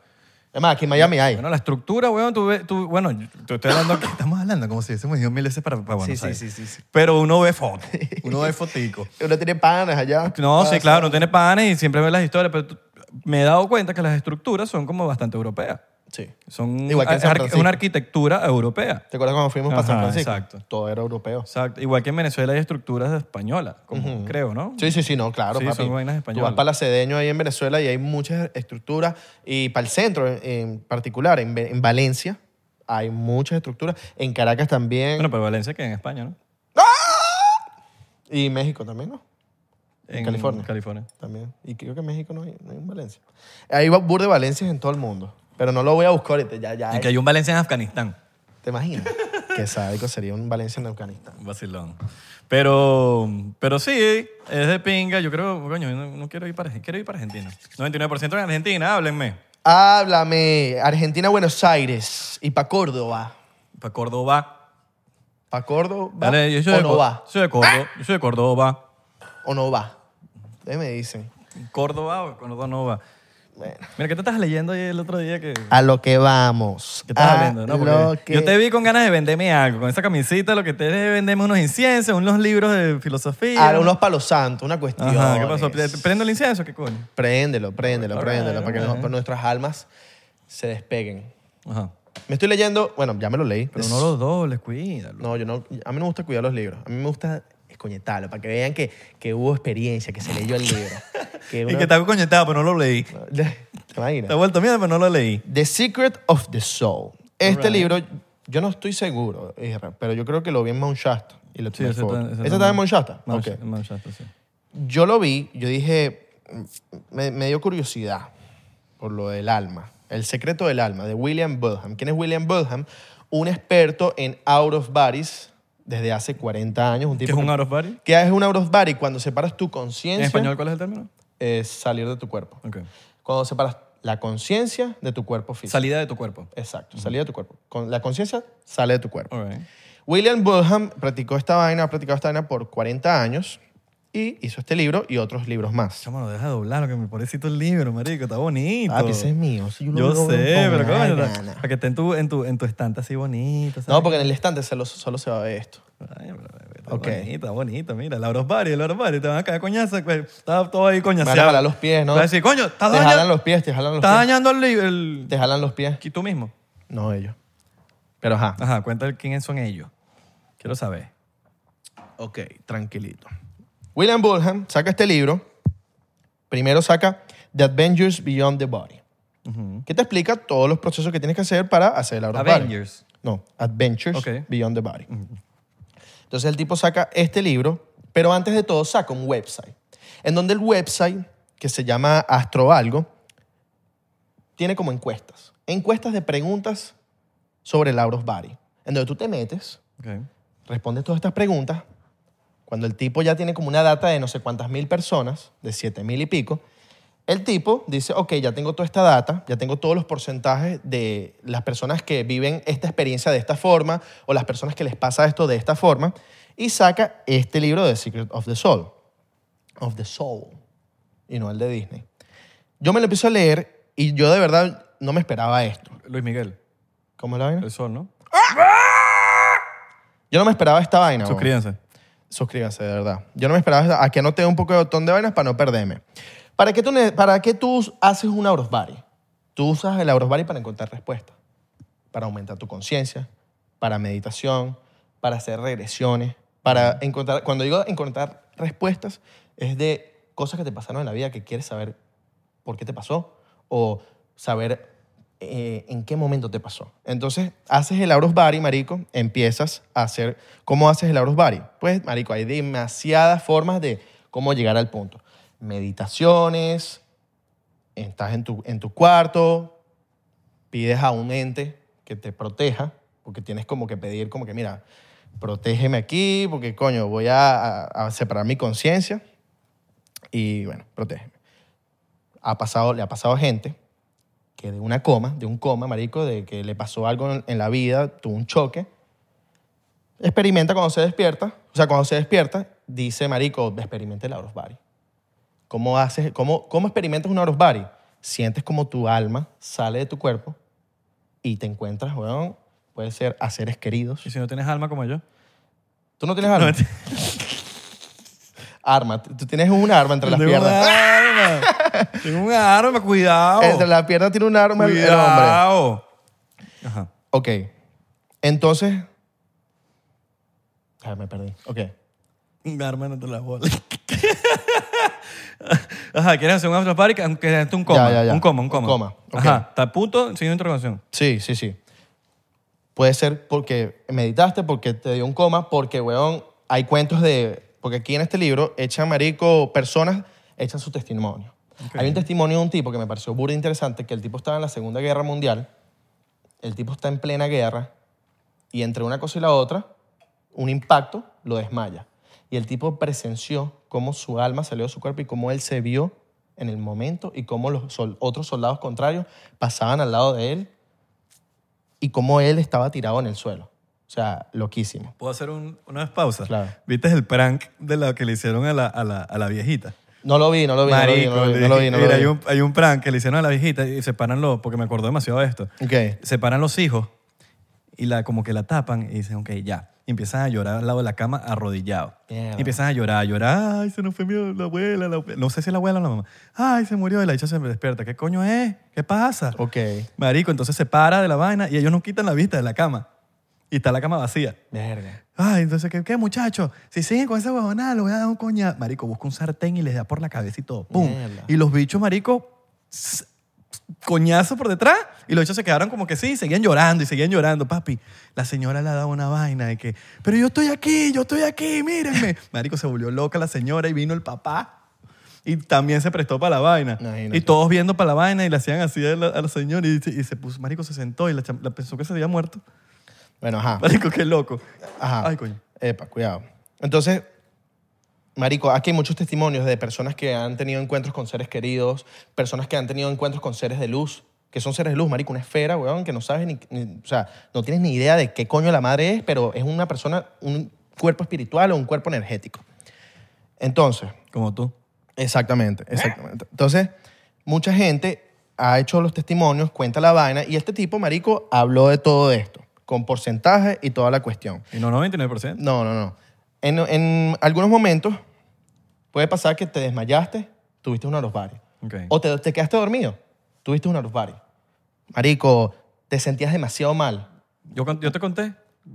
Además, aquí en Miami hay. Bueno, la estructura, weón, tú, ve- tú bueno, yo te estoy hablando aquí, estamos hablando como si hubiésemos ido mil veces para, para Buenos Sí, sí, Aires. sí, sí, sí. Pero uno ve fotos, uno ve fotico. Uno tiene panes allá. No, Ah, sí, claro, no tiene panes y siempre ve las historias, pero tú- me he dado cuenta que las estructuras son como bastante europeas. Sí. Son Igual que en es San arqu- Francisco. una arquitectura europea. ¿Te acuerdas cuando fuimos para San Ajá, Francisco? exacto. Todo era europeo. Exacto. Igual que en Venezuela hay estructuras españolas, como creo, ¿no? Sí, sí, sí, no, claro, Sí, papi. son vainas Tú españolas. vas para la Cedeño ahí en Venezuela y hay muchas estructuras. Y para el centro en, en particular, en, Ve- en Valencia, hay muchas estructuras. En Caracas también. Bueno, pero Valencia que en España, ¿no? y México también, ¿no? En California. California. También. Y creo que en México no hay, no hay en Valencia. Hay bu- bur de Valencias en todo el mundo. Pero no lo voy a buscar ahorita. Ya, ya. Y que hay un Valencia en Afganistán. ¿Te imaginas? que sádico sería un Valencia en Afganistán. Un vacilón. Pero, pero sí, es de pinga. Yo creo, coño, yo no, no quiero ir para quiero ir para Argentina. 99% en Argentina, háblenme. Háblame. Argentina, Buenos Aires. Y para Córdoba. Para Córdoba. ¿Para Córdoba? Dale, Ah, yo soy ¿O de no Có- va? soy de Córdoba. Yo soy de Córdoba. ¿O no va? Ustedes me dicen. Córdoba o Córdoba no va. Bueno. Mira, ¿qué te estás leyendo ahí el otro día que A lo que vamos. ¿Qué estás A hablando? No, Ah, lo porque que- Yo te vi con ganas de venderme algo. Con esa camisita, lo que te es venderme unos inciensos, unos libros de filosofía. A Ah, unos palos santos, una cuestión. Ajá, ¿qué pasó? ¿Prendo el incienso? ¿Qué coño? Préndelo, préndelo, All right, préndelo, all para que right. nos- nuestras almas se despeguen. Ajá. Me estoy leyendo, bueno, ya me lo leí. Pero no los dobles, cuídalo. No, yo no, a mí no me gusta cuidar los libros. A mí me gusta escoñetarlo, para que vean que, que hubo experiencia, que se leyó el libro. que Y uno- que está coñetado, pero no lo leí. ¿Te imaginas? Está vuelto mierda, pero no lo leí. The Secret of the Soul. Este Alright. libro, yo no estoy seguro, Isra, pero yo creo que lo vi en Mount Shasta. Y lo Sí, tomé ese foto. está- ese ¿Ese está está en en Mount Shasta? Mancha- Ok. Manchester, sí. Yo lo vi, yo dije, mm, me, me dio curiosidad por lo del alma, el secreto del alma, de William Budham. ¿Quién es William Budham? Un experto en out of bodies desde hace 40 años. Un ¿Qué tipo es un que- out of body? ¿Qué es un out of body? Cuando separas tu ¿En conciencia, español cuál es el término? es salir de tu cuerpo. Ok. Cuando separas la conciencia de tu cuerpo físico. Salida de tu cuerpo. Exacto, salida de tu cuerpo. Con la conciencia sale de tu cuerpo. All right. William Budham practicó esta vaina, ha practicado esta vaina por 40 años y hizo este libro y otros libros más. Chamo, no deja de doblarlo, que me pobrecito el libro, marico, está bonito. Ah, ese es mío. si lo Yo veo sé, con pero la coño, gana. para que esté en tu, en tu, en tu estante así bonito. ¿sabes? No, porque en el estante solo, solo se va a ver esto. Ay, pero, pero está Ok. Bonito, bonito, mira, Laura Osbari, Laura Osbari, te van a caer coñazo. pues, Estaba todo ahí Me coñaceado. van a jalar los pies, ¿no? Te vas a decir, coño, estás Te jalan dañando, los pies, te jalan los estás pies. dañando el, li- el- Te jalan los pies. aquí tú mismo. No, ellos. Pero ajá. Ajá, cuenta quiénes son ellos. Quiero saber. Ah, Ok, tranquilito. William Burham saca este libro. Primero saca The Adventures Beyond the Body, Ujú. que te explica todos los procesos que tienes que hacer para hacer el out of body. Avengers. No, Adventures Ok. Mm. Beyond the Body. Entonces el tipo saca este libro, pero antes de todo saca un website, en donde el website, que se llama Astro Algo, tiene como encuestas. Encuestas de preguntas sobre el out of body, en donde tú te metes Ok. responde todas estas preguntas. Cuando el tipo ya tiene como una data de no sé cuántas mil personas, de siete mil y pico, el tipo dice, ok, ya tengo toda esta data, ya tengo todos los porcentajes de las personas que viven esta experiencia de esta forma o las personas que les pasa esto de esta forma y saca este libro de Secret of the Soul, of the Soul, y no el de Disney. Yo me lo empiezo a leer y yo de verdad no me esperaba esto. Luis Miguel, ¿Cómo es la vaina? el sol, ¿no? Yo no me esperaba esta vaina. weón. Suscríbanse. Suscríbase, de verdad. Yo no me esperaba esta- a que anoté un poco de botón de vainas para no perderme. ¿Para qué tú, ne- para qué tú haces un Aurosbari? Tú usas el Aurosbari para encontrar respuestas, para aumentar tu conciencia, para meditación, para hacer regresiones, para encontrar... Cuando digo encontrar respuestas, es de cosas que te pasaron en la vida que quieres saber por qué te pasó o saber eh, en qué momento te pasó. Entonces, haces el Auros Bari, marico, empiezas a hacer... ¿Cómo haces el Auros Bari? Pues, marico, hay demasiadas formas de cómo llegar al punto. Meditaciones, estás en tu, en tu cuarto, pides a un ente que te proteja, porque tienes como que pedir, como que mira, protégeme aquí, porque coño, voy a, a- a separar mi conciencia y bueno, protégeme. Ha pasado, le ha pasado a gente que de una coma, de un coma, marico, de que le pasó algo en, en la vida, tuvo un choque, experimenta cuando se despierta, o sea, cuando se despierta, dice, marico, experimente la Orosbari. ¿Cómo, haces, cómo, ¿Cómo experimentas un Orosbari? Sientes como tu alma sale de tu cuerpo y te encuentras, weón, puede ser a seres queridos. Y si no tienes alma como yo. ¿Tú no tienes arma? No, arma. T- Tú tienes un arma entre las Tengo un piernas. arma. Tengo un arma, cuidado. Entre las piernas tiene un arma el- el hombre. cuidado. Ajá. Ok. Entonces. Ah, me perdí. Ok. Un arma entre las bolas. Ajá, ¿quieres hacer un after party? Aunque sea un coma. Ya, ya, ya. Un coma, un coma. Un coma, ok. Ajá, está a punto, signo de interrogación. Sí, sí, sí. Puede ser porque meditaste, porque te dio un coma, porque, weón, hay cuentos de. Porque aquí en este libro echan marico personas, echan su testimonio. Ok. Hay un testimonio de un tipo que me pareció burda interesante, que el tipo estaba en la Segunda Guerra Mundial, el tipo está en plena guerra, y entre una cosa y la otra, un impacto lo desmaya. Y el tipo presenció cómo su alma salió de su cuerpo y cómo él se vio en el momento y cómo los sol- otros soldados contrarios pasaban al lado de él y cómo él estaba tirado en el suelo. O sea, loquísimo. ¿Puedo hacer un- una vez pausa? Claro. ¿Viste el prank de la que le hicieron a la, a la, a la viejita? No lo vi, no lo vi, no lo vi, no lo vi, no lo vi. No lo mira, vi. Hay, un, hay un prank que le hicieron a la viejita y separan los, porque me acordó demasiado de esto. Ok. Separan los hijos y la, como que la tapan y dicen, ok, ya. Y empiezan a llorar al lado de la cama arrodillado. Mierda. Y empiezan a llorar, a llorar. Ay, se nos fue mi la abuela. la abue-". no sé si es la abuela o la mamá. Ay, se murió. Y la dicha se despierta. ¿Qué coño es? ¿Qué pasa? Ok. Marico, entonces se para de la vaina y ellos no quitan la vista de la cama. Y está la cama vacía. Verga. Ay, entonces, ¿qué, qué muchachos? Si siguen con esa huevonada, les voy a dar un coñazo. Marico, busca un sartén y les da por la cabeza y todo. ¡Pum! Mierda. Y los bichos, marico, s- s- coñazo por detrás. Y los bichos se quedaron como que sí, y seguían llorando y seguían llorando. Papi, la señora le ha dado una vaina de que, pero yo estoy aquí, yo estoy aquí, mírenme. Marico, se volvió loca la señora y vino el papá. Y también se prestó para la vaina. Imagínate. Y todos viendo para la vaina y le hacían así a la, a la señora. Y, se- y se puso, marico, se sentó y la, cham- la pensó que se había muerto. Bueno, ajá. Marico, qué loco. Ajá. Ay, coño. Epa, cuidado. Entonces, Marico, aquí hay muchos testimonios de personas que han tenido encuentros con seres queridos, personas que han tenido encuentros con seres de luz, que son seres de luz, Marico, una esfera, weón, que no sabes ni, ni- O sea, no tienes ni idea de qué coño la madre es, pero es una persona, un cuerpo espiritual o un cuerpo energético. Entonces, Como tú. Exactamente, ¿Eh? exactamente. Entonces, mucha gente ha hecho los testimonios, cuenta la vaina, y este tipo, marico, habló de todo esto, con porcentaje y toda la cuestión. Y no 99%. No, no, no. En, en algunos momentos puede pasar que te desmayaste, tuviste un variosos. Ok. O te, te quedaste dormido, tuviste un variosos. Marico, te sentías demasiado mal. Yo, con- yo te conté.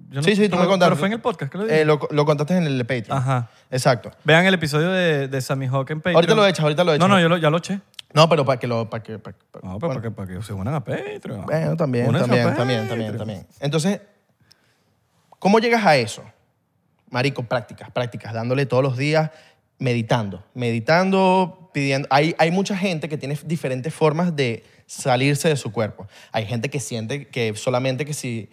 Yo no- sí, sí, tú me contaste. Pero fue en el podcast que lo dije. Eh, lo, lo contaste en el Patreon. Ajá. Exacto. Vean el episodio de, de Sammy Hawk en Patreon. Ahorita lo echas, ahorita lo echas. No, no, yo lo- ya lo eché. No, pero para que lo... Para que, para, para- No, pero para, que, para que se unan a Patreon. Bueno, también, Únanse a también, Patreon. también, también, también. Entonces, ¿cómo llegas a eso? Marico, prácticas, prácticas, dándole todos los días, meditando, meditando, pidiendo. Hay, hay mucha gente que tiene diferentes formas de salirse de su cuerpo. Hay gente que siente que solamente que si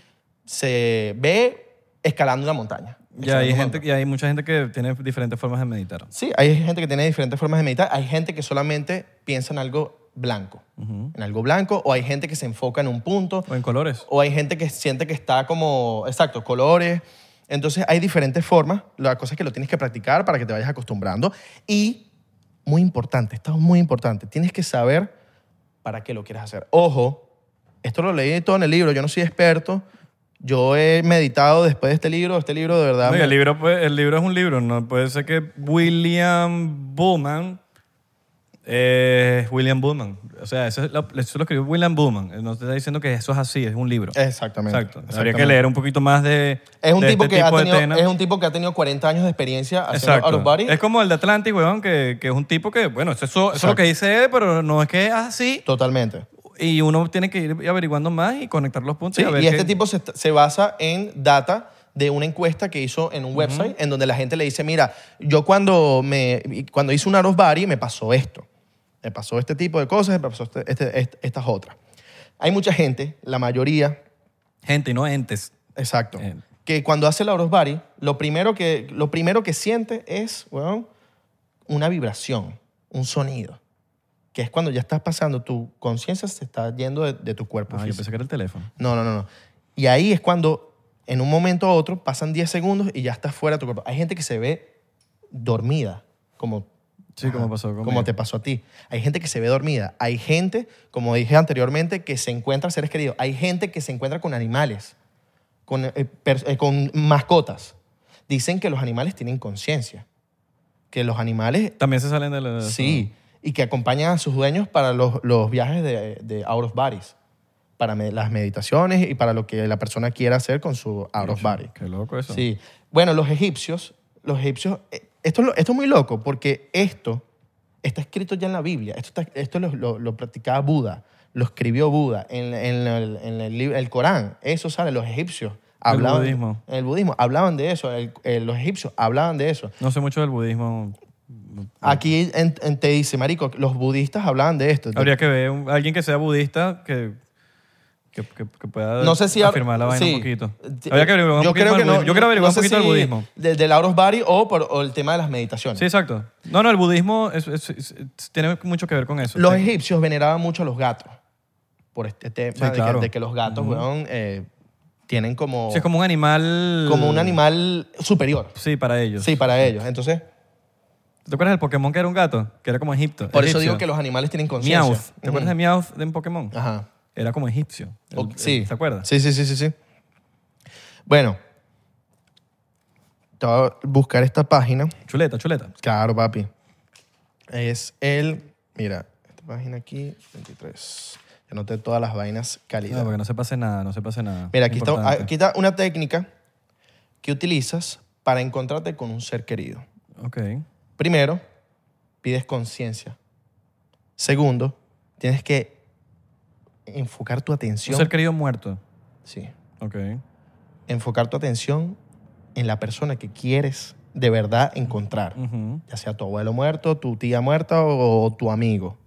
se ve escalando una montaña. Y hay, escalando una gente, y hay mucha gente que tiene diferentes formas de meditar. Sí, hay gente que tiene diferentes formas de meditar. Hay gente que solamente piensa en algo blanco, en algo blanco, o hay gente que se enfoca en un punto, O en colores. o hay gente que siente que está como, exacto, colores. Entonces hay diferentes formas. La cosa es que lo tienes que practicar para que te vayas acostumbrando. Y, muy importante, esto es muy importante, tienes que saber para qué lo quieres hacer. Ojo, esto lo leí todo en el libro, yo no soy experto. Yo he meditado después de este libro, este libro de verdad... No, y me- el, libro, pues, el libro es un libro. No puede ser que William Bullman es William Bullman. O sea, eso, es lo- eso lo escribió William Bullman. No te está diciendo que eso es así, es un libro. Exactamente. Exacto. Habría exactamente. que leer un poquito más de. Es un, de tipo este que ha de tenido, temas. es un tipo que ha tenido 40 años de experiencia haciendo Exacto. out of body. Es como el de Atlantic, weón, que, que es un tipo que, bueno, eso, eso es lo que dice él, pero no es que es así. Totalmente. Y uno tiene que ir averiguando más y conectar los puntos. Sí, y a ver y este qué- tipo se, se basa en data de una encuesta que hizo en un website en donde la gente le dice, mira, yo cuando, me, cuando hice un out of body me pasó esto, me pasó este tipo de cosas, me pasó este- este- est- estas otras. Hay mucha gente, la mayoría, Gente y no entes. exacto, Bien. que cuando hace el out of body, lo primero que, lo primero que siente es, weón, una vibración, un sonido, que es cuando ya estás pasando, tu conciencia se está yendo de, de tu cuerpo Ah, yo físico. pensé que era el teléfono. No, no, no, no. Y ahí es cuando, en un momento u otro, pasan 10 segundos y ya estás fuera de tu cuerpo. Hay gente que se ve dormida, como, Sí, como pasó conmigo. como te pasó a ti. Hay gente que se ve dormida. Hay gente, como dije anteriormente, que se encuentra seres queridos. Hay gente que se encuentra con animales, con, eh, pers- eh, con mascotas. Dicen que los animales tienen conciencia. Que los animales También se salen de la... Sí, y que acompañan a sus dueños para los, los viajes de, de out of bodies, para me- las meditaciones y para lo que la persona quiera hacer con su out of body. Qué loco eso. Sí. Bueno, los egipcios, los egipcios, eh, esto, es lo- esto es muy loco porque esto está escrito ya en la Biblia, esto, está- esto lo, lo- lo practicaba Buda, lo escribió Buda en, en el, en el libro- el Corán, eso sale, los egipcios hablaban, budismo. el budismo, hablaban de eso, el- eh, los egipcios hablaban de eso. No sé mucho del budismo. Ah. Aquí en- en- te dice, marico, los budistas hablaban de esto. Habría que ver un- alguien que sea budista que, que, que- que pueda no sé si afirmar la vaina sí. un poquito. T- Habría que averiguar un yo poquito creo más que del no, budismo. Yo quiero averiguar no sé un poquito si del budismo. Del, del out of body o, por, o el tema de las meditaciones. Sí, exacto. No, no, el budismo es- es- es- es- tiene mucho que ver con eso. los Sí. egipcios veneraban mucho a los gatos. Por este tema Sí, de, que- de claro. que, los gatos, weón, eh, tienen como, Sí, es como un animal... como un animal superior. Sí, para ellos. Sí, para ellos. Entonces, ¿Te acuerdas del Pokémon que era un gato? Que era como egipto. por eso egipcio. digo que los animales tienen conciencia. Meowth. ¿Te acuerdas de Meowth de un Pokémon? Ajá. Era como egipcio. El- O- el- sí. ¿Te acuerdas? Sí, sí, sí, sí, sí. Bueno, te voy a buscar esta página. Chuleta, chuleta. Ah, Claro, papi. Es el. Mira, esta página aquí, 23. Yo noté todas las vainas No, calidad. porque no se pase nada, no se pase nada. Mira, aquí está, Ah, ah, Importante. aquí está una técnica que utilizas para encontrarte con un ser querido. Ok. Primero, pides conciencia. Segundo, tienes que enfocar tu Un atención. ser querido muerto. Sí. Ok. Enfocar tu atención en la persona que quieres de verdad encontrar. Ujú. ya sea tu abuelo muerto, tu tía muerta o, o tu amigo.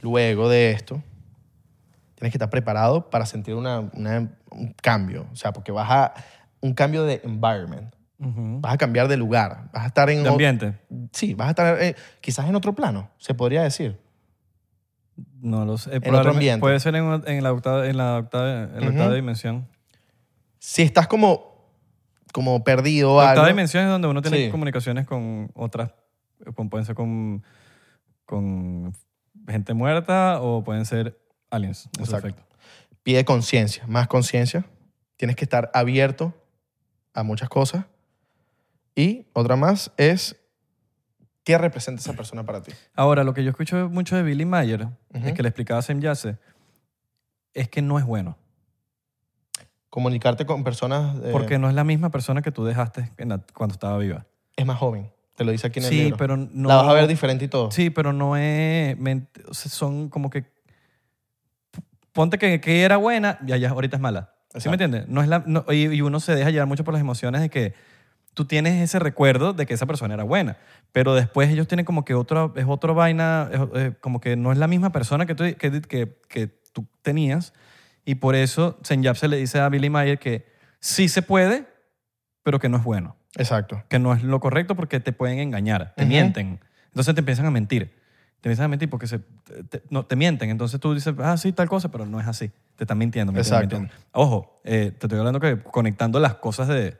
Luego de esto, tienes que estar preparado para sentir una, una- un cambio, o sea, porque vas a un cambio de environment, Ujú. vas a cambiar de lugar, vas a estar en De o- ambiente. sí, vas a estar eh, quizás en otro plano, se podría decir. No lo sé. Eh, otro probablemente- ambiente. Puede ser en, una- en la octava, en la octava, en la Ujú. octava dimensión. Si estás como como perdido o La octava algo, dimensión es donde uno tiene Sí. comunicaciones con otras, con- pueden ser con, con gente muerta o pueden ser aliens. en su Exacto. efecto. pide conciencia, más conciencia. Tienes que estar abierto a muchas cosas. Y otra más es, ¿qué representa esa persona para ti? Ahora, lo que yo escucho mucho de Billy Mayer, Ujú. es que le explicaba a Sam Yase, es que no es bueno. Comunicarte con personas... eh, Porque no es la misma persona que tú dejaste en la- cuando estaba viva. Es más joven, te lo dice aquí en el Sí, libro. pero no. La vas a ver diferente y todo. Sí, pero no es. men- o sea, son como que. Ponte que, que era buena y allá ahorita es mala. ¿Sí Exacto. me entiendes? No es la, no- y, y uno se deja llevar mucho por las emociones de que tú tienes ese recuerdo de que esa persona era buena, pero después ellos tienen como que otra, es otra vaina, es- eh, como que no es la misma persona que tú, que, que- que tú tenías. Y por eso Senyap se le dice a Billy Mayer que sí se puede, pero que no es bueno Exacto. que no es lo correcto porque te pueden engañar, te Ujú. mienten. Entonces te empiezan a mentir. Te empiezan a mentir porque se, te, te- no, te mienten. Entonces tú dices, ah, sí, tal cosa, pero no es así. Te están mintiendo. mintiendo, Exacto. mintiendo. Ojo, eh, te estoy hablando que conectando las cosas de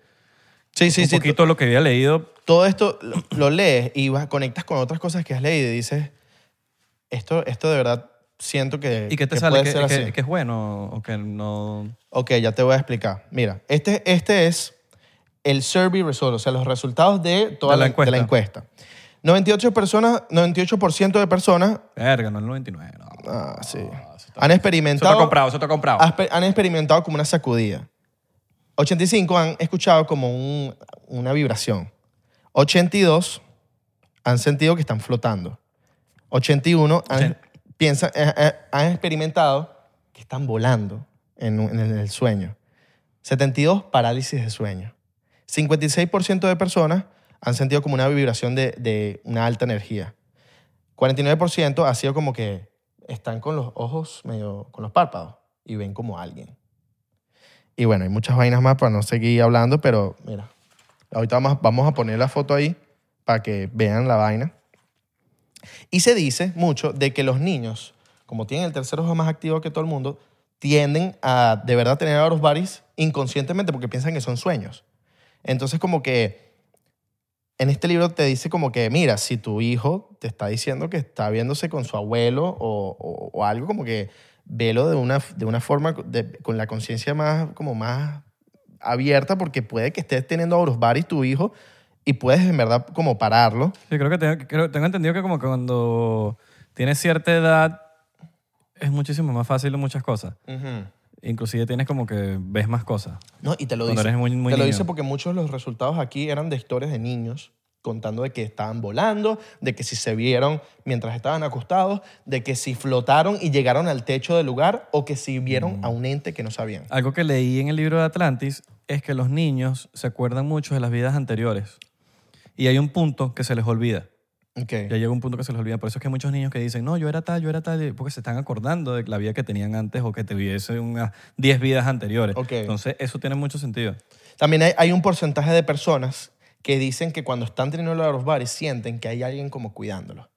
Sí, sí, un sí. poquito lo que había leído. Todo esto lo, lo lees y vas- conectas con otras cosas que has leído y dices, esto, esto de verdad siento que, ¿Y qué te que sale? puede ¿Que, ser que- así. que es bueno o que no...? Ok, ya te voy a explicar. Mira, este, este es el survey result, o sea, los resultados de toda De la la, de la encuesta. 98 personas, 98% de personas Verga, no el 99. No. ah, sí, Ah. eso está- han Eso está experimentado comprado, eso está comprado. aspe- han experimentado como una sacudida. 85 han escuchado como un- una vibración. 82 han sentido que están flotando. 81 han, Ochen- piensan, eh, eh, han experimentado que están volando en, un- en el, en el sueño. 72, parálisis de sueño. 56% de personas han sentido como una vibración de, de una alta energía. 49% ha sido como que están con los ojos medio, con los párpados y ven como alguien. Y bueno, hay muchas vainas más para no seguir hablando, pero mira, ahorita vamos, vamos a poner la foto ahí para que vean la vaina. Y se dice mucho de que los niños, como tienen el tercer ojo más activo que todo el mundo, tienden a de verdad tener a varis inconscientemente porque piensan que son sueños. Entonces como que en este libro te dice como que, mira, si tu hijo te está diciendo que está viéndose con su abuelo o, o- o algo, como que velo de una, de una forma de- con la conciencia más, como más abierta porque puede que estés teniendo Aurosbaris tu hijo y puedes en verdad como pararlo. Sí, creo que tengo, creo- tengo entendido que como que cuando tienes cierta edad es muchísimo más fácil muchas cosas. Inclusive tienes como que ves más cosas. No, y te lo Cuando dice. eres muy- muy te lo niño. dice porque muchos de los resultados aquí eran de historias de niños contando de que estaban volando, de que si se vieron mientras estaban acostados, de que si flotaron y llegaron al techo del lugar o que si vieron Mm. a un ente que no sabían. Algo que leí en el libro de Atlantis es que los niños se acuerdan mucho de las vidas anteriores y hay un punto que se les olvida. Okay. Ya llega un punto que se les olvida. Por eso es que hay muchos niños que dicen, no, yo era tal, yo era tal, porque se están acordando de la vida que tenían antes o que tuviese unas 10 vidas anteriores. Ok. Entonces, eso tiene mucho sentido. También hay, hay un porcentaje de personas que dicen que cuando están teniendo los bares sienten que hay alguien como cuidándolos.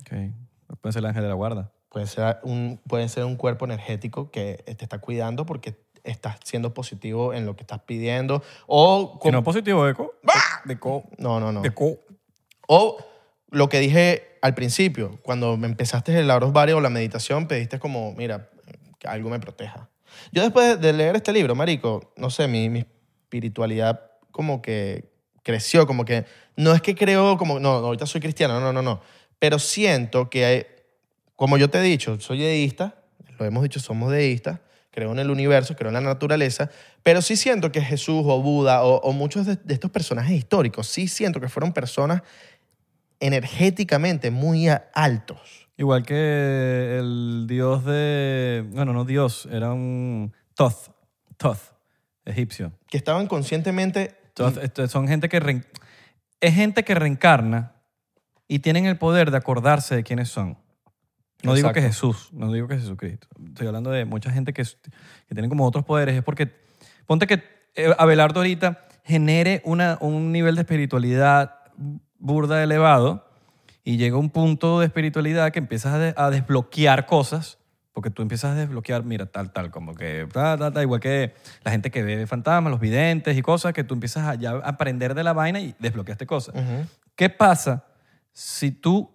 Ok. Puede ser el ángel de la guarda. Puede ser un, puede ser un cuerpo energético que eh, te está cuidando porque estás siendo positivo en lo que estás pidiendo o... Si con- no es positivo, eco. De co. no, ¡Ah! no, no. De co. O lo que dije al principio, cuando me empezaste el Lauros Vario o la meditación, pediste como, mira, que algo me proteja. Yo después de leer este libro, Marico, no sé, mi, mi espiritualidad como que creció, como que no es que creo como, no, no, ahorita soy cristiano, no, no, no, pero siento que hay, como yo te he dicho, soy deísta, lo hemos dicho, somos deístas, creo en el universo, creo en la naturaleza, pero sí siento que Jesús o Buda o, o muchos de, de estos personajes históricos, sí siento que fueron personas energéticamente muy a- altos. Igual que el dios de. Bueno, no dios, era un Toth. Toth, egipcio. Que estaban conscientemente. Toth, esto- son gente que. reen- es gente que reencarna y tienen el poder de acordarse de quiénes son. No digo que Exacto. Jesús, no digo que Jesucristo. Estoy hablando de mucha gente que, es- que tienen como otros poderes. Es porque, ponte que eh, Abelardo ahorita genere una, un nivel de espiritualidad burda elevado y llega un punto de espiritualidad que empiezas a, de- a desbloquear cosas, porque tú empiezas a desbloquear, mira, tal, tal, como que, ta, ta, ta, igual que la gente que ve fantasmas, los videntes y cosas, que tú empiezas a ya aprender de la vaina y desbloqueaste cosas. Ujú. ¿Qué pasa si tú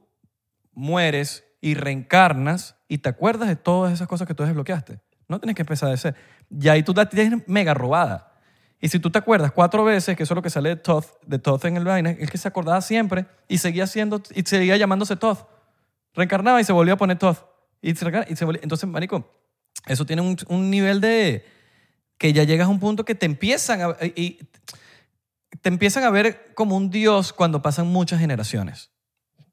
mueres y reencarnas y te acuerdas de todas esas cosas que tú desbloqueaste? No tienes que empezar de ser. Y ahí tú la tienes mega robada. Y si tú te acuerdas cuatro veces, que eso es lo que sale de Toth, de Toth en el vaina, es que se acordaba siempre y seguía siendo, y seguía llamándose Toth. Reencarnaba y se volvió a poner Toth. Y se reencarna- y se volvió- Entonces, marico, eso tiene un, un nivel de... que ya llegas a un punto que te empiezan a... y- te empiezan a ver como un dios cuando pasan muchas generaciones.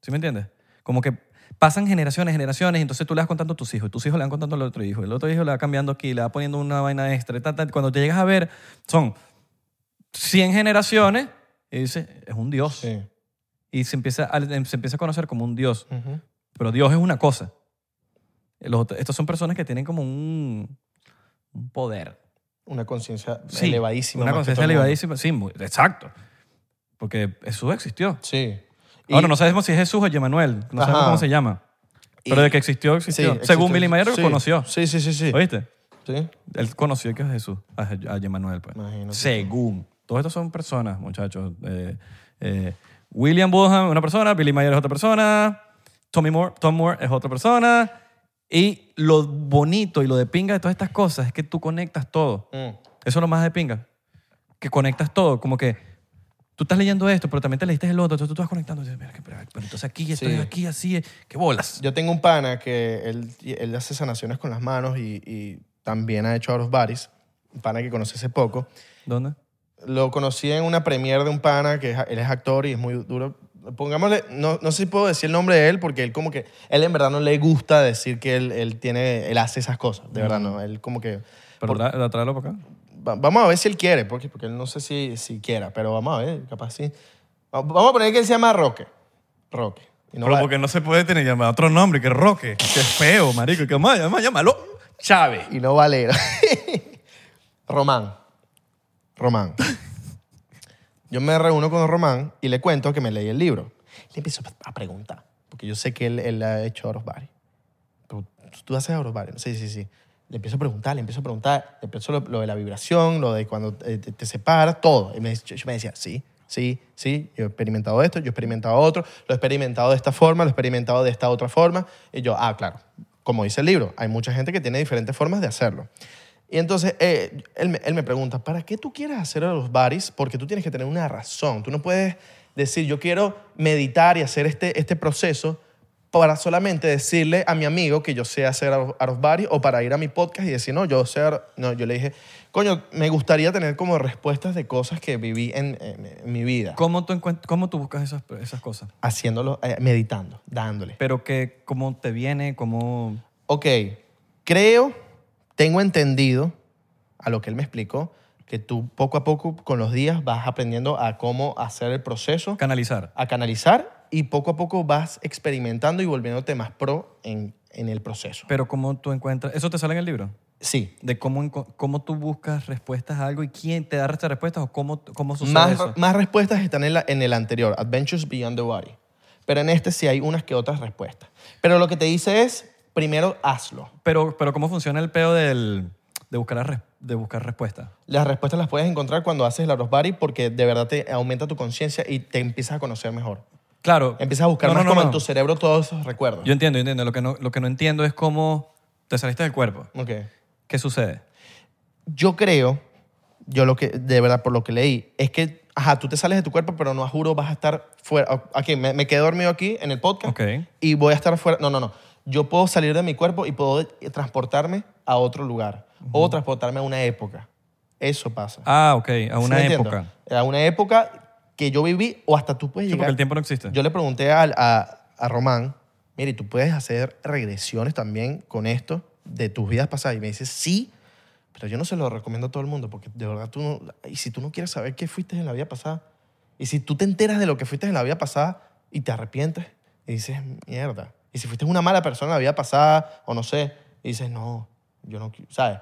¿Sí me entiendes? Como que pasan generaciones, generaciones, y entonces tú le vas contando a tus hijos, y tus hijos le van contando al otro hijo, y el otro hijo le va cambiando aquí, le va poniendo una vaina extra. y tal, tal. Cuando te llegas a ver, son 100 generaciones, y dices, es un dios. Sí. Y se empieza, a, se empieza a conocer como un dios. Ujú. Pero Dios es una cosa. Los otros- estos son personas que tienen como un, un poder. Una conciencia Sí, elevadísima. Una más que conciencia todo el mundo. elevadísima. Sí, muy- exacto. Porque Jesús existió. Sí. Y- Ahora, no sabemos si es Jesús o Emanuel. No sabemos Ajá. cómo se llama. Pero y- de que existió, sí, existió. existe- Según Billy Mayer, lo sí. conoció. Sí, sí, sí, sí. ¿Oíste? Sí. Él conoció que es Jesús, a, Je- a Emanuel. Pues. Imagínate. Según. Todos estos son personas, muchachos. Eh, eh, William Bonham es una persona, Billy Mayer es otra persona, Tommy Moore, Tom Moore es otra persona. Y lo bonito y lo de pinga de todas estas cosas es que tú conectas todo. Mm. Eso es lo más de pinga. Que conectas todo. Como que tú estás leyendo esto, pero también te leíste el otro. Entonces tú estás conectando. Y dices, "Mira, que- pero, pero entonces aquí, estoy Sí. aquí, así. ¿Qué bolas? Yo tengo un pana que él, él hace sanaciones con las manos y, y también ha hecho Aros Baris. Un pana que conocí hace poco. ¿Dónde? Lo conocí en una premiere de un pana que es- él es actor y es muy duro. Pongámosle, no, no sé si puedo decir el nombre de él porque él como que, él en verdad no le gusta decir que él, él tiene, él hace esas cosas, de verdad no, él como que... Pero por- tra- tráelo para acá. va- vamos a ver si él quiere, porque, porque no sé si, si quiera, pero vamos a ver, capaz sí. Va- Vamos a poner que él se llama Roque. Roque. Y no Pero va- porque no se puede tener llamar otro nombre que Roque. Que es feo, marico. Que más, llama, llámalo Chávez. y no Valera. Román. Román. Yo me reúno con Román y le cuento que me leí el libro. Le empiezo a preguntar, porque yo sé que él, él ha hecho Orosbari. Pero, ¿Tú, tú haces Orosbari? Sí, sí, sí. Le empiezo a preguntar, le empiezo a preguntar, le empiezo lo, lo de la vibración, lo de cuando eh, te, te separas, todo. Y me, yo, yo me decía, sí, sí, sí, yo he experimentado esto, yo he experimentado otro, lo he experimentado de esta forma, lo he experimentado de esta otra forma. Y yo, ah, claro, como dice el libro, hay mucha gente que tiene diferentes formas de hacerlo. Y entonces eh, él, me- él me pregunta, ¿para qué tú quieres hacer a los baris? Porque tú tienes que tener una razón. Tú no puedes decir, yo quiero meditar y hacer este, este proceso para solamente decirle a mi amigo que yo sé hacer a a los baris o para ir a mi podcast y decir, no, yo sé... ar- No, yo le dije, coño, me gustaría tener como respuestas de cosas que viví en, en- en mi vida. ¿Cómo tú, encuent- cómo tú buscas esas, esas cosas? Haciéndolo, eh, meditando, dándole. Pero que, ¿cómo te viene? ¿Cómo...? ok, creo, tengo entendido a lo que él me explicó, que tú poco a poco con los días vas aprendiendo a cómo hacer el proceso, Canalizar. a canalizar y poco a poco vas experimentando y volviéndote más pro en, en el proceso. Pero ¿cómo tú encuentras...? ¿Eso te sale en el libro? Sí. De cómo, enco- cómo tú buscas respuestas a algo y quién te da estas respuestas o cómo, cómo sucede Más, eso. más respuestas están en, la- en el anterior, Adventures Beyond the Body. Pero en este sí hay unas que otras respuestas. Pero lo que te dice es, primero hazlo. Pero, pero ¿cómo funciona el peo del, de, buscar la res- de buscar respuestas? Las respuestas las puedes encontrar cuando haces el Arosbari porque de verdad te aumenta tu conciencia y te empiezas a conocer mejor. Claro. Empiezas a buscar No, más no, no, como en no. tu cerebro todos esos recuerdos. Yo entiendo, yo entiendo. Lo que, no, lo que no entiendo es cómo te saliste del cuerpo. Ok. ¿Qué sucede? Yo creo, yo lo que, de verdad, por lo que leí, es que, ajá, tú te sales de tu cuerpo, pero no a juro vas a estar fuera. Aquí, me, me quedé dormido aquí en el podcast Ok. y voy a estar fuera. No, no, no. Yo puedo salir de mi cuerpo y puedo transportarme a otro lugar o transportarme a una época. Eso pasa. Ah, ok. A ¿Sí una me entiendo? época. A una época que yo viví o hasta tú puedes Sí, llegar. porque el tiempo no existe. Yo le pregunté al- a, a Román, mire, ¿tú puedes hacer regresiones también con esto de tus vidas pasadas? Y me dice, sí, pero yo no se lo recomiendo a todo el mundo porque de verdad tú no... Y si tú no quieres saber qué fuiste en la vida pasada, y si tú te enteras de lo que fuiste en la vida pasada y te arrepientes y dices, mierda, y si fuiste una mala persona en la vida pasada o no sé, y dices, no, yo no... qui- ¿Sabes?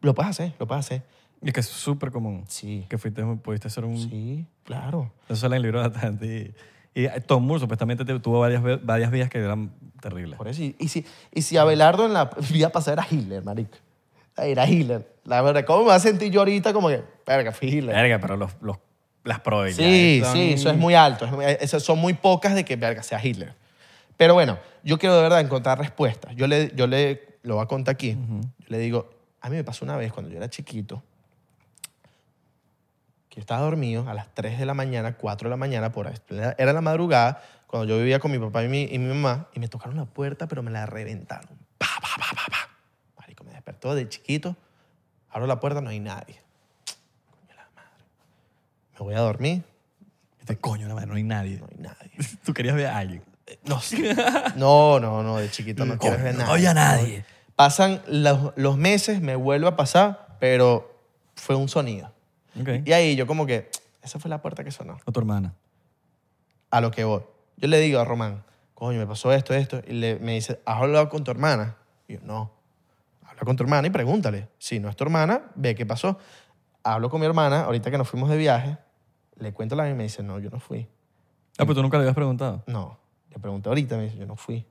Lo puedes hacer, lo puedes hacer. Y que es súper común. Sí, Que fuiste, pudiste ser un... sí, claro. Eso sale en el libro de Atlantis. Y, y Tom Moore supuestamente te- tuvo varias, ve- varias vidas que eran terribles. Por eso, y, y si, y si Abelardo en la vida pasada era Hitler, marico. Era Hitler. La verdad, ¿cómo me voy a sentir yo ahorita como que, verga, fui Hitler? Verga, pero los, los- las Sí, probabilidades son- sí, eso es muy alto. es muy- eso- son muy pocas de que, verga, sea Hitler. Pero bueno, yo quiero de verdad encontrar respuestas. Yo le, yo le lo voy a contar aquí. Yo le digo, a mí me pasó una vez cuando yo era chiquito que estaba dormido a las 3 de la mañana, 4 de la mañana, por ahí. Era- era la madrugada, cuando yo vivía con mi papá y mi, y mi mamá, y me tocaron la puerta, pero me la reventaron. Pa, pa, pa, pa, pa. Marico, me despertó de chiquito, abro la puerta, no hay nadie. Coño, la madre. Me voy a dormir, Este coño, la madre, no hay nadie. no hay nadie. Eh, Tú querías ver a alguien. No, sé. no, no, no, de chiquito no Coño, quieres ver no nada. había nadie. Pasan los, los meses, me vuelve a pasar, pero fue un sonido. Ok. Y ahí yo como que, esa fue la puerta que sonó. O tu hermana. a lo que voy. Yo le digo a Román, coño, me pasó esto, esto. Y le, me dice, ¿has hablado con tu hermana? Y yo, no. Habla con tu hermana y pregúntale. Si no es tu hermana, ve qué pasó. Hablo con mi hermana, ahorita que nos fuimos de viaje, le cuento la y me dice, no, yo no fui. Ah, pero tú nunca le habías preguntado. No. Le pregunté ahorita, me dice, yo no fui.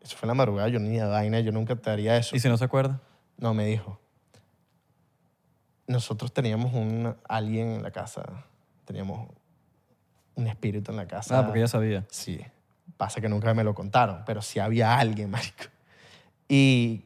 Eso fue en la madrugada, yo ni de vaina, yo nunca te haría eso. ¿Y si no se acuerda? No, me dijo. Nosotros teníamos un alguien en la casa, teníamos un espíritu en la casa. Ah, porque ella sabía. Sí. Pasa que nunca me lo contaron, pero sí había alguien, marico. Y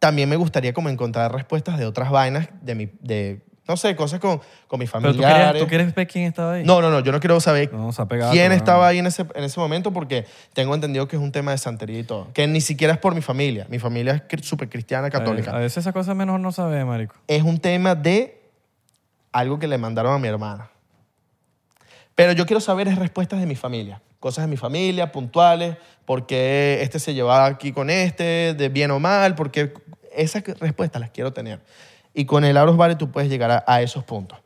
también me gustaría como encontrar respuestas de otras vainas, de mi, de, no sé, cosas con, con mis Pero tú familiares. querías, tú quieres ver quién estaba ahí. No, no, no, yo no quiero saber No, se ha pegado. quién no. estaba ahí en ese, en ese momento porque tengo entendido que es un tema de santería y todo. Que ni siquiera es por mi familia. Mi familia es cr- súper cristiana, católica. Eh, A veces esas cosas menos no sabe, marico. Es un tema de algo que le mandaron a mi hermana. Pero yo quiero saber es respuestas de mi familia. Cosas de mi familia, puntuales, por qué este se llevaba aquí con este, de bien o mal, porque esas respuestas las quiero tener. Y con el Aros Bar tú puedes llegar a, a esos puntos.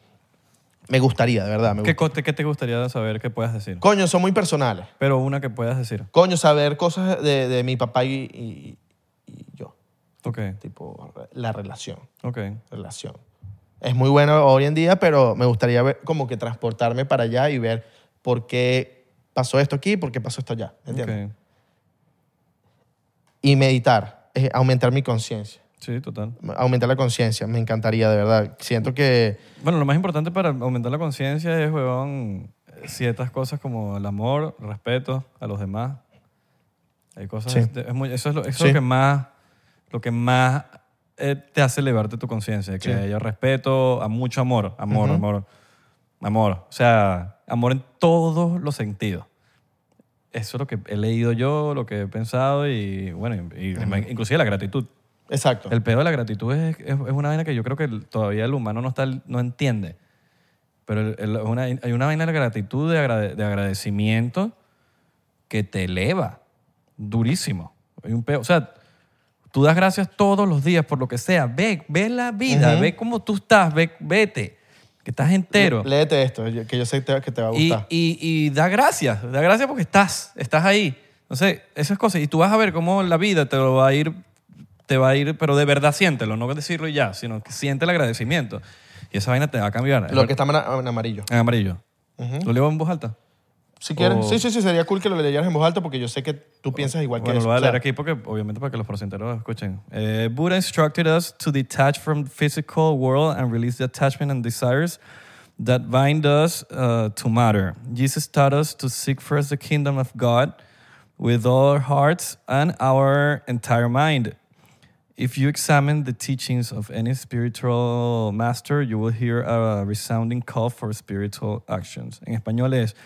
Me gustaría, de verdad. Me ¿Qué, gusta. co- ¿Qué te gustaría saber que puedas decir? Coño, son muy personales. Pero una que puedas decir. Coño, saber cosas de, de mi papá y, y- y yo. Ok, Tipo, la relación. ok. Relación. Es muy bueno hoy en día, pero me gustaría ver- como que transportarme para allá y ver por qué pasó esto aquí, por qué pasó esto allá. ¿Entiendes? ok. Y meditar, es aumentar mi conciencia. Sí, total. Aumentar la conciencia, me encantaría, de verdad. Siento que Bueno, lo más importante para aumentar la conciencia es, huevón, ciertas cosas como el amor, respeto a los demás. Hay cosas... Sí. de- es muy- eso es, lo, eso es Sí. lo que más, lo que más eh, te hace elevarte tu conciencia. Sí. Que haya respeto, a mucho amor, amor, amor, amor. O sea, amor en todos los sentidos. Eso es lo que he leído yo, lo que he pensado y, bueno, y- y inclusive la gratitud. Exacto. El pedo de la gratitud es, es- es una vaina que yo creo que el- todavía el humano no, está, no entiende. Pero el- el- una- hay una vaina de la gratitud, de, agrade- de agradecimiento, que te eleva durísimo. Hay un pedo. O sea, tú das gracias todos los días por lo que sea. Ve, ve la vida, Ujú. ve cómo tú estás, ve, vete, que estás entero. Léete esto, yo- que yo sé te- que te va a Y, gustar. y- y da gracias, da gracias porque estás, estás ahí. Entonces, esas cosas. Y tú vas a ver cómo la vida te lo va a ir, te va a ir, pero de verdad siéntelo, no decirlo y ya, sino que siente el agradecimiento. Y esa vaina te va a cambiar. lo que está en en amarillo. En amarillo. ¿Lo leo en voz alta? Si quieres. O- Sí, sí, sí, sería cool que lo leyeras en voz alta porque yo sé que tú piensas igual que Oh. Bueno, eso. lo voy a o sea, leer aquí porque, obviamente, para que los porcenteros lo escuchen. Eh, Buddha instructed us to detach from physical world and release the attachment and desires that bind us uh, to matter. Jesus taught us to seek first the kingdom of God with all our hearts and our entire mind. If you examine the teachings of any spiritual master, you will hear a resounding call for spiritual actions. En español es,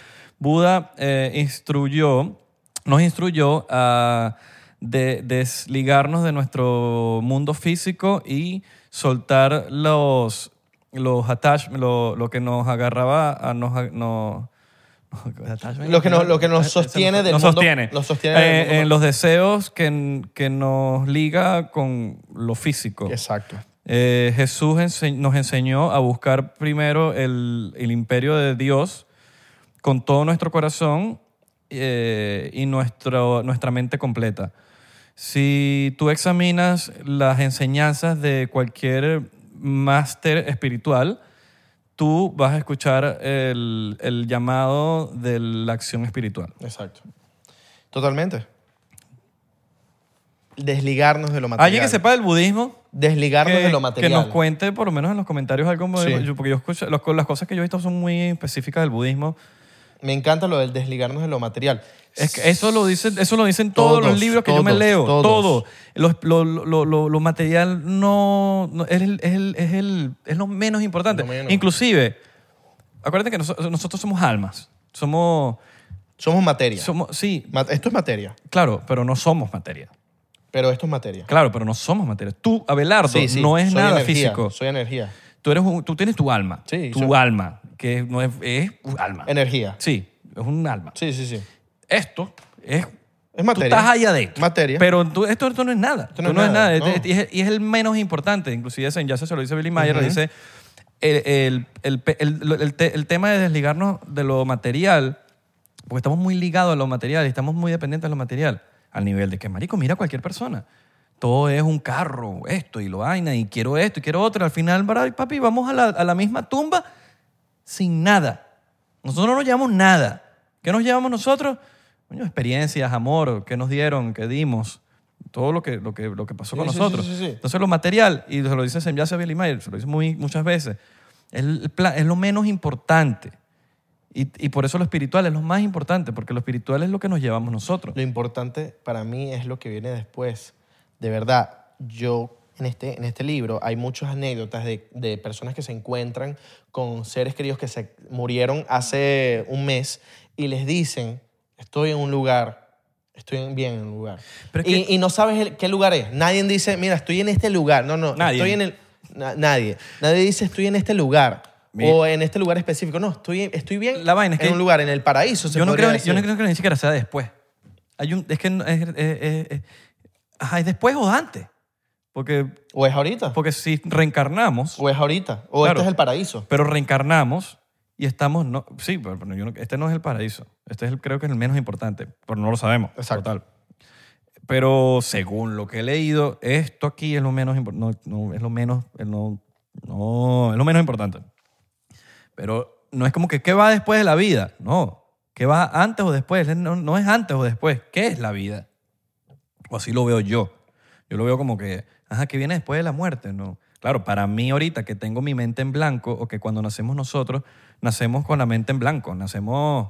Buda eh, instruyó, nos instruyó a de- desligarnos de nuestro mundo físico y soltar los, los attachments, lo, lo que nos agarraba, a, nos, a- no- attachment, Lo que nos- lo que nos eh, se sostiene del nos mundo- sostiene. nos sostiene del Eh, mundo en los deseos que, que nos liga con lo físico. Exacto. Eh, Jesús ense- nos enseñó a buscar primero el, el imperio de Dios con todo nuestro corazón eh, y nuestro, nuestra mente completa. Si tú examinas las enseñanzas de cualquier máster espiritual, tú vas a escuchar el, el llamado de la acción espiritual. Exacto. Totalmente. Desligarnos de lo material. Alguien que sepa del budismo, Desligarnos que, de lo que material. nos cuente por lo menos en los comentarios algo, Sí. yo- porque yo escucho, los- las cosas que yo he visto son muy específicas del budismo. Me encanta lo del desligarnos de lo material. Es que eso lo dicen, eso lo dicen todos, Todos, los libros que yo me todos, leo, todos. todo. Los- lo, lo- lo- lo material no, no- es, el, es, el- es el- es lo menos importante. Lo menos. Inclusive, acuérdate que noso- nosotros somos almas, somos, Somos materia. somos, sí, Ma- esto es materia, claro, pero no somos materia. pero esto es materia. Claro, pero no somos materia. Tú, Abelardo, Sí, sí, no es soy nada energía, físico. Soy energía. Tú, eres un- tú tienes tu alma. Sí, tu soy- alma, que no es, es un alma. Energía. Sí, es un alma. Sí, sí, sí. Esto es... Es materia. Tú estás ahí adentro. Materia. Pero tú- esto, esto no es nada. Esto no, es nada. no. Este- Y, es, y es el menos importante. Inclusive en Jazz se lo dice Billy Mayer, le dice... El, el- el pe- el- lo- el te- el tema de desligarnos de lo material, porque estamos muy ligados a lo material y estamos muy dependientes de lo material, al nivel de que, marico, mira a cualquier persona. Todo es un carro, esto y lo vaina, y quiero esto y quiero otro. Al final, bra- papi, vamos a la- a la misma tumba sin nada. Nosotros no nos llevamos nada. ¿Qué nos llevamos nosotros? Coño, experiencias, amor, qué nos dieron, qué dimos, todo lo que, lo que, lo que pasó Sí, con sí, nosotros. sí, sí, sí. Entonces lo material, y se lo dice Semyase Billy Mayer, se lo dice muy, muchas veces, es, el pla- es lo menos importante. Y, y por eso lo espiritual es lo más importante, porque lo espiritual es lo que nos llevamos nosotros. Lo importante para mí es lo que viene después. De verdad, yo en este, en este libro hay muchas anécdotas de, de personas que se encuentran con seres queridos que se murieron hace un mes y les dicen, estoy en un lugar, estoy en- bien en un lugar. Pero es Y, y no sabes el- qué lugar es. Nadie dice, mira, estoy en este lugar. No, no, Nadie. estoy en el... na- nadie. Nadie dice, estoy en este lugar. Mi- O en este lugar específico. No, estoy, en- estoy bien La vaina es en que- un lugar, en el paraíso. se Yo no, podría creo, yo decir. no creo que ni siquiera sea después. Hay un, es que no- es, es- es- es- ajá, es después o antes. Porque, O es ahorita. porque si reencarnamos, O es ahorita. O Claro. este es el paraíso. pero reencarnamos y estamos... No, sí, pero pero yo no- este no es el paraíso. Este es el, creo que es el menos importante, pero no lo sabemos. Exacto. Total. Pero según lo que he leído, esto aquí es lo menos importante. No, no, es lo menos... es no, no, es lo menos importante. Pero no es como que qué va después de la vida. No. ¿Qué va antes o después? No, no es antes o después. ¿Qué es la vida? O así lo veo yo. Yo lo veo como que, ajá, ¿qué viene después de la muerte? No. Claro, para mí ahorita que tengo mi mente en blanco o que cuando nacemos nosotros, nacemos con la mente en blanco, nacemos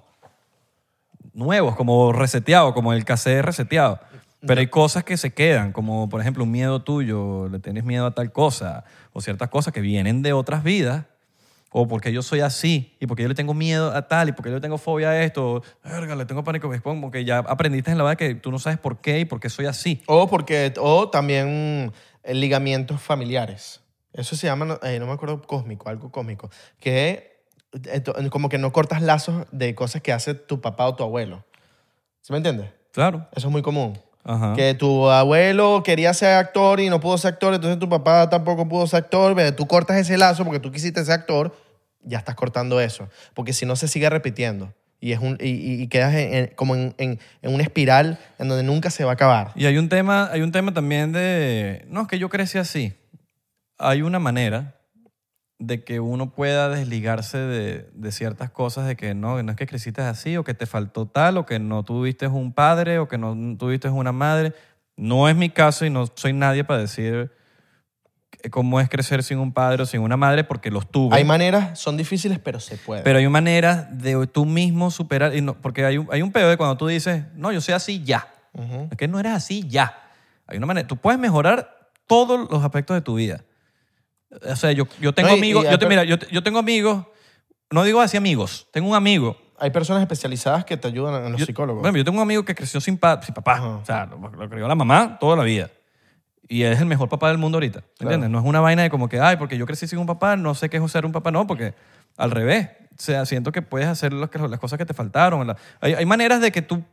nuevos, como reseteados, como el cassette reseteado. Pero hay cosas que se quedan, como por ejemplo un miedo tuyo, le tienes miedo a tal cosa, o ciertas cosas que vienen de otras vidas, o porque yo soy así, y porque yo le tengo miedo a tal, y porque yo le tengo fobia a esto, o, verga, le tengo pánico, es como que ya aprendiste en la vida que tú no sabes por qué y por qué soy así. O porque, o también eh, ligamientos familiares. Eso se llama, no- eh, no me acuerdo, cósmico, algo cósmico. Que eh, to- como que no cortas lazos de cosas que hace tu papá o tu abuelo. ¿Sí me entiendes? Claro. Eso es muy común. Ajá. Que tu abuelo quería ser actor y no pudo ser actor, entonces tu papá tampoco pudo ser actor. ve, Tú cortas ese lazo porque tú quisiste ser actor, ya estás cortando eso. Porque si no, se sigue repitiendo. Y, es un, y- y, y quedas en- en- como en, en- en una espiral en donde nunca se va a acabar. Y hay un tema, hay un tema también de, no, es que yo crecí así. Hay una manera de que uno pueda desligarse de, de ciertas cosas, de que no, no es que creciste así, o que te faltó tal, o que no tuviste un padre, o que no tuviste una madre. No es mi caso y no soy nadie para decir que- cómo es crecer sin un padre o sin una madre, porque los tuve. Hay maneras, son difíciles, pero se puede. Pero hay maneras de tú mismo superar, y no- porque hay un, hay un pedo de cuando tú dices, no, yo soy así ya. Ujú. Es que no eres así ya. Hay una manera. Tú puedes mejorar todos los aspectos de tu vida. O sea, yo, yo tengo No, y- amigos. y hay yo, te- per- mira, yo, te- yo tengo amigos. No digo así amigos. Tengo un amigo. Hay personas especializadas que te ayudan en los yo- psicólogos. Bueno, yo tengo un amigo que creció sin, pa- sin papá. Ajá. O sea, lo, lo crió la mamá toda la vida. Y es el mejor papá del mundo ahorita. ¿Entiendes? Claro. No es una vaina de como que, ay, porque yo crecí sin un papá, no sé qué es ser un papá. No, porque al revés. O sea, siento que puedes hacer los que- las cosas que te faltaron. La- hay, hay maneras de que tú.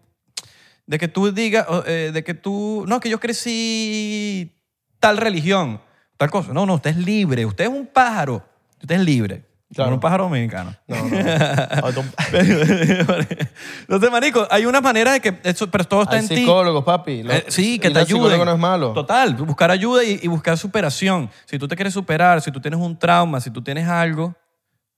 De que tú digas. o, eh, de que tú. No, es que yo crecí tal religión, tal cosa. No, no, usted es libre. Usted es un pájaro. Usted es libre. Claro. Como un pájaro dominicano. No, no. Auto- Entonces, marico, hay una manera de que eso, pero todo está Hay en ti. psicólogos, papi. Los- Eh, sí, que ir te al ayuden. psicólogo no es malo. Total, buscar ayuda y, y buscar superación. Si tú te quieres superar, si tú tienes un trauma, si tú tienes algo,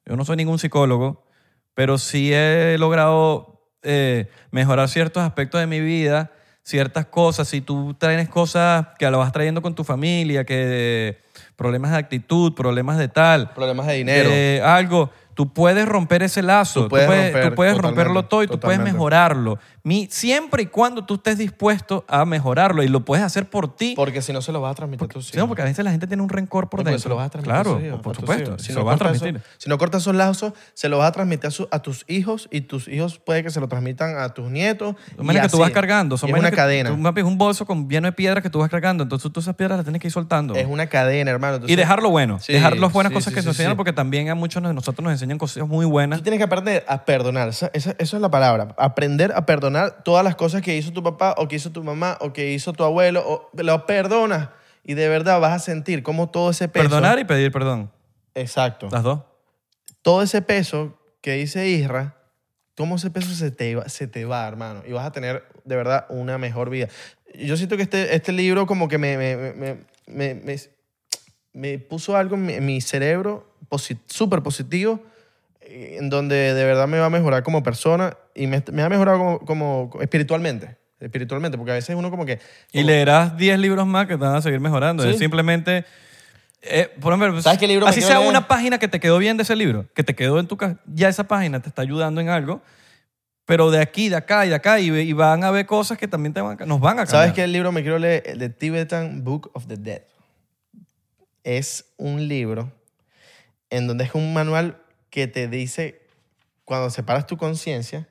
yo no soy ningún psicólogo, pero sí he logrado eh, mejorar ciertos aspectos de mi vida, ciertas cosas. Si tú traes cosas que lo vas trayendo con tu familia, que problemas de actitud, problemas de tal, Problemas de dinero. eh, algo. Tú puedes romper ese lazo, Tú puedes tú puedes, romper, tú puedes totalmente, romperlo todo y tú puedes totalmente. mejorarlo. Mi, siempre y cuando tú estés dispuesto a mejorarlo y lo puedes hacer por ti. porque si no se lo vas a transmitir a tus Sí, no, hijos. porque a veces la gente tiene un rencor por No, porque dentro. pues, se lo vas a transmitir a claro, tus hijos, por a tus supuesto. hijos. se lo vas a cortas transmitir. esos- si no cortas esos lazos, se lo vas a transmitir a, su- a tus hijos y tus hijos puede que se lo transmitan a tus nietos. Son y vainas que tú así. vas cargando. Son Y es vainas una que- cadena. tú, papi, es un bolso con lleno de piedras que tú vas cargando. Entonces tú esas piedras las tienes que ir soltando. Es una cadena, hermano. y Entonces, dejar lo bueno. Sí, dejar las buenas sí, cosas sí, que sí, nos enseñan sí. porque también a muchos de nosotros nos enseñan cosas muy buenas. Tú tienes que aprender a perdonar. Esa, esa- esa es la palabra. Aprender a perdonar todas las cosas que hizo tu papá o que hizo tu mamá o que hizo tu abuelo. O, lo perdonas y de verdad vas a sentir como todo ese peso. Perdonar y pedir perdón. Exacto. Las dos. Todo ese peso que dice Isra, cómo ese peso se te, va- se te va, hermano. Y vas a tener de verdad una mejor vida. Yo siento que este, este libro como que me, me, me- me- me- me- me puso algo en mi, en mi cerebro posi- súper positivo eh, en donde de verdad me va a mejorar como persona y me, me ha mejorado como, como espiritualmente. Espiritualmente, porque a veces uno como que... Y leerás 10 libros más que te van a seguir mejorando. Sí. Es simplemente. eh, por ejemplo, ¿Sabes qué libro me así quiero sea leer? una página que te quedó bien de ese libro, que te quedó en tu casa, ya esa página te está ayudando en algo, pero de aquí, de acá y de acá, y, ve- y van a ver cosas que también te van a- nos van a cambiar. ¿Sabes qué libro me quiero leer? El de Tibetan Book of the Dead. Es un libro en donde es un manual que te dice cuando separas tu conciencia,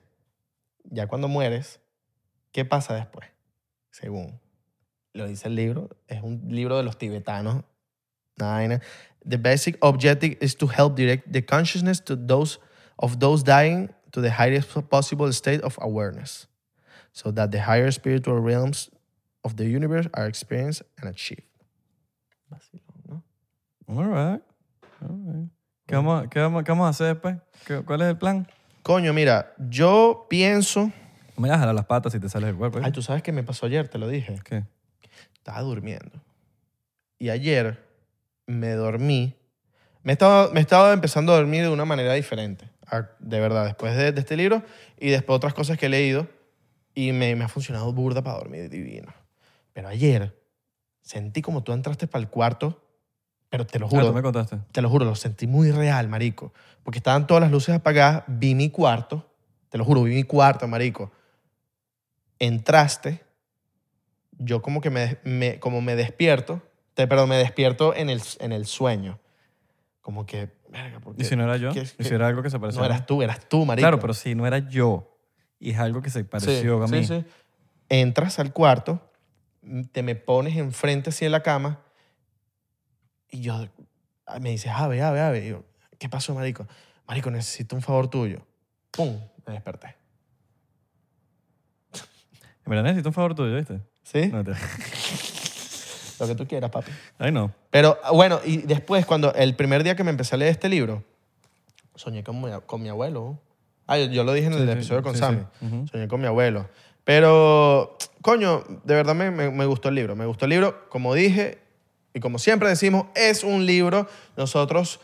ya cuando mueres, ¿qué pasa después? Según lo dice el libro, es un libro de los tibetanos. Una vaina. The basic objective is to help direct the consciousness to those of those dying to the highest possible state of awareness, so that the higher spiritual realms of the universe are experienced and achieved. Vacilón, ¿no? All right. All right. ¿Qué, vamos, a- qué vamos- qué vamos a hacer después? ¿Qué- ¿Cuál es el plan? Coño, mira, yo pienso. No me vas a jalar las patas si te sales del cuerpo. ¿eh? Ay, tú sabes que me pasó ayer, te lo dije. ¿Qué? Estaba durmiendo. Y ayer me dormí. Me estaba, me estaba empezando a dormir de una manera diferente. a- De verdad, después de, de este libro y después otras cosas que he leído. Y me, me ha funcionado burda para dormir divino. Pero ayer sentí como tú entraste para el cuarto. Pero te lo Ah, juro. tú me contaste. Te lo juro, lo sentí muy real, marico. Porque estaban todas las luces apagadas, vi mi cuarto. Te lo juro, vi mi cuarto, marico. Entraste. Yo como que me, des- me- como me despierto. Te, perdón, me despierto en el, en el sueño. Como que, verga, porque ¿Y si no era yo? qué- ¿Y qué- si era algo que se parecía? no a mí? eras tú, eras tú, marico. Claro, pero si no era yo y es algo que se pareció a sí, mí. sí, sí. Entras al cuarto, te me pones enfrente así en la cama y yo ah, me dices, ave, ave, ave. Y yo, ¿qué pasó, marico? Marico, necesito un favor tuyo. ¡Pum! Me desperté. En verdad necesito un favor tuyo, ¿viste? ¿Sí? No, te... Lo que tú quieras, papi. Ay, no. Pero ah, bueno, y después, cuando el primer día que me empecé a leer este libro, soñé con mi, con mi abuelo. Ah, yo, yo lo dije en el sí, episodio con sí, Sammy. sí. Ujú. Soñé con mi abuelo. Pero, coño, de verdad me, me- me gustó el libro. Me gustó el libro, como dije y como siempre decimos, es un libro. Nosotros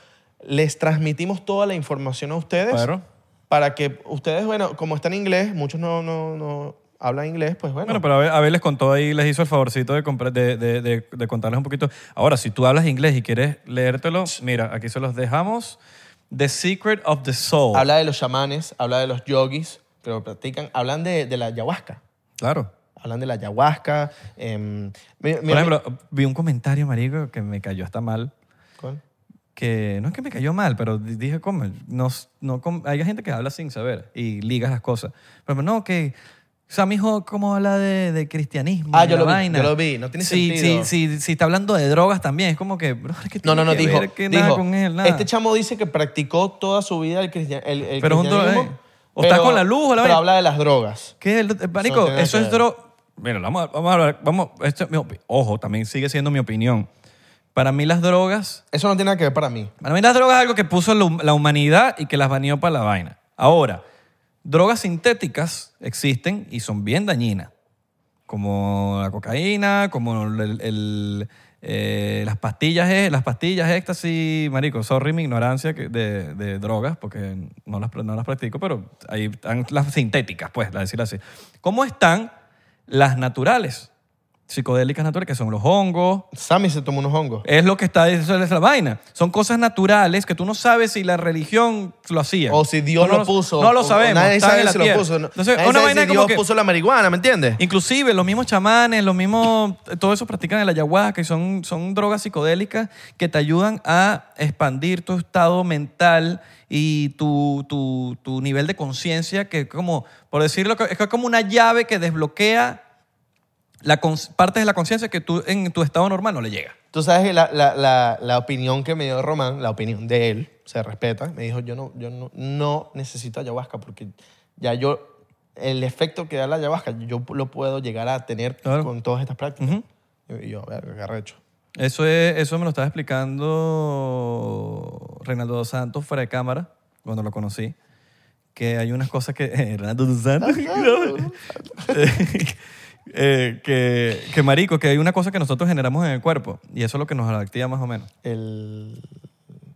les transmitimos toda la información a ustedes Claro. para que ustedes, bueno, como está en inglés, muchos no, no, no hablan inglés, pues bueno. Bueno, pero Abel, Abel les contó ahí, les hizo el favorcito de, comprar- de, de- de- de contarles un poquito. Ahora, si tú hablas inglés y quieres leértelo, mira, aquí se los dejamos. The Secret of the Soul. habla de los chamanes, habla de los yogis que lo practican, hablan de, de la ayahuasca. Claro. Hablan de la ayahuasca. em, mi- mi- Por ejemplo, vi un comentario, marico, que me cayó hasta mal. ¿Cuál? que no es que me cayó mal, pero di- dije, como, no, s- no, com- hay gente que habla sin saber y ligas las cosas. Pero no, que Sammy Hawk como habla de, de cristianismo. Ah, y yo la lo vi, vaina. yo lo vi, no tiene Sí, sentido. Sí, sí, sí, está hablando de drogas también. Es como que, bro, es que No, tiene no, no, que dijo. ver que nada dijo con él, nada. Este chamo dice que practicó toda su vida el, cristia- el, el Pero es un dro- cristianismo. eh, o estás con la luz o Pero la vaina. habla de las drogas. ¿Qué es el- eh, marico, Eso no tiene eso que es ver. droga. Mira, vamos a, vamos a hablar, vamos, esto es mi opi- ojo, también sigue siendo mi opinión. Para mí las drogas Eso no tiene nada que ver para mí. Para mí las drogas es algo que puso la hum- la humanidad y que las baneó para la vaina. Ahora, drogas sintéticas existen y son bien dañinas, como la cocaína, como el- el- eh, las pastillas, eh, las pastillas éxtasis, marico, sorry mi ignorancia que- de, de drogas, porque no las, no las practico, pero ahí están las sintéticas, pues, la decirlo así. ¿Cómo están las naturales? Psicodélicas naturales, que son los hongos, Sammy se tomó unos hongos. es lo que está diciendo la vaina. Son cosas naturales que tú no sabes si la religión lo hacía. O si Dios No lo puso. No lo o- sabemos. Nadie está en sabe la si lo tierra. puso. no- Entonces, nadie una sabe vaina si como Dios que- puso la marihuana, ¿me entiendes? Inclusive los mismos chamanes, los mismos, todo eso practican el ayahuasca y son, son drogas psicodélicas que te ayudan a expandir tu estado mental y tu, tu, tu nivel de conciencia que como, por decirlo, que es como una llave que desbloquea la cons- partes de la conciencia que tú en tu estado normal no le llega. Tú sabes que la, la- la- la opinión que me dio Román, la opinión de él, se respeta. Me dijo, yo no, yo no, no necesito ayahuasca porque ya yo, el efecto que da la ayahuasca, yo lo puedo llegar a tener Claro. con todas estas prácticas. Y yo, verga, qué arrecho. Eso, es, eso me lo estaba explicando Reinaldo dos Santos fuera de cámara, cuando lo conocí, que hay unas cosas que... Reinaldo dos Santos. Eh, que, que marico, que hay una cosa que nosotros generamos en el cuerpo y eso es lo que nos activa más o menos. El...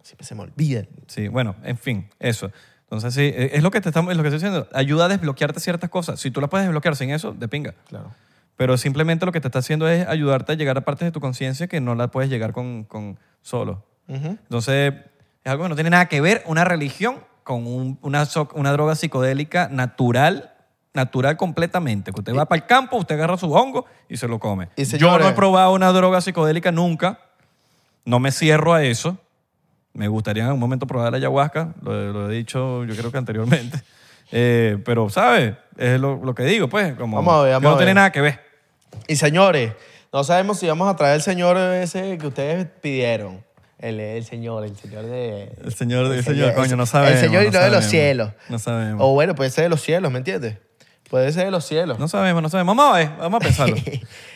Siempre se me olvida. Sí, bueno, en fin, eso. Entonces, sí, eh, es lo que te estamos, es lo que estoy diciendo. Ayuda a desbloquearte ciertas cosas. Si tú las puedes desbloquear sin eso, de pinga. Claro. Pero simplemente lo que te está haciendo es ayudarte a llegar a partes de tu conciencia que no las puedes llegar con, con solo. Entonces, es algo que no tiene nada que ver una religión con un- una, so- una droga psicodélica natural, natural completamente. Que usted va para el campo, usted agarra su hongo y se lo come. Eh, Y, Yo no he señores- probado una droga psicodélica nunca. No me cierro a eso. Me gustaría en algún momento probar la ayahuasca. Lo, lo he dicho yo creo que anteriormente. Eh, pero, ¿sabes? Es lo, lo que digo, pues. Como Vamos a ver, que vamos no a tiene ver. nada que ver. Y señores, no sabemos si vamos a traer el señor ese que ustedes pidieron. El, el señor, el señor de... El señor de- el señor, coño, no el sabemos, señor y no no de los sabemos, cielos. no sabemos. O bueno, puede ser de los cielos, ¿me entiendes? Puede ser de los cielos. No sabemos, no sabemos. Vamos a ver, vamos a pensarlo.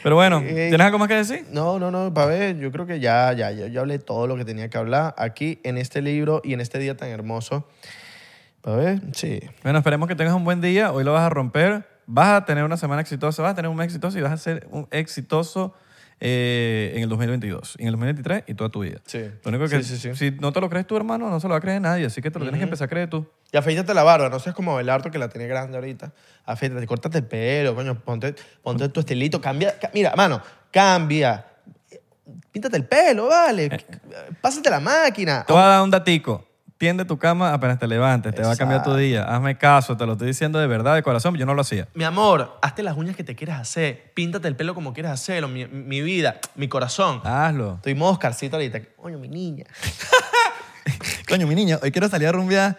Pero bueno, Eh, ¿tienes algo más que decir? No, no, no, para ver, yo creo que ya, ya, ya, yo hablé todo lo que tenía que hablar aquí en este libro y en este día tan hermoso. Para ver, sí. Bueno, esperemos que tengas un buen día. Hoy lo vas a romper. Vas a tener una semana exitosa, vas a tener un mes exitoso y vas a ser un exitoso eh, en el 2022, y en el 2023 y toda tu vida. Sí. Lo único que Sí, sí, sí. si no te lo crees tú, hermano, no se lo va a creer nadie. Así que te lo tienes que empezar a creer tú. Y afeítate la barba, no seas como Belardo que la tiene grande ahorita. Afeítate, córtate el pelo, coño, ponte, ponte tu estilito, cambia, ca- mira, mano, cambia. Píntate el pelo, vale. Eh. Pásate la máquina. Te voy a dar un datico. Tiende tu cama apenas te levantes, te va a cambiar tu Exacto. día. Hazme caso, te lo estoy diciendo de verdad, de corazón, yo no lo hacía. Mi amor, hazte las uñas que te quieras hacer, píntate el pelo como quieras hacerlo, mi, mi vida, mi corazón. Ah. Hazlo. Estoy modo Oscarcito ahorita. Coño, mi niña. Coño, mi niña, hoy quiero salir a rumbear.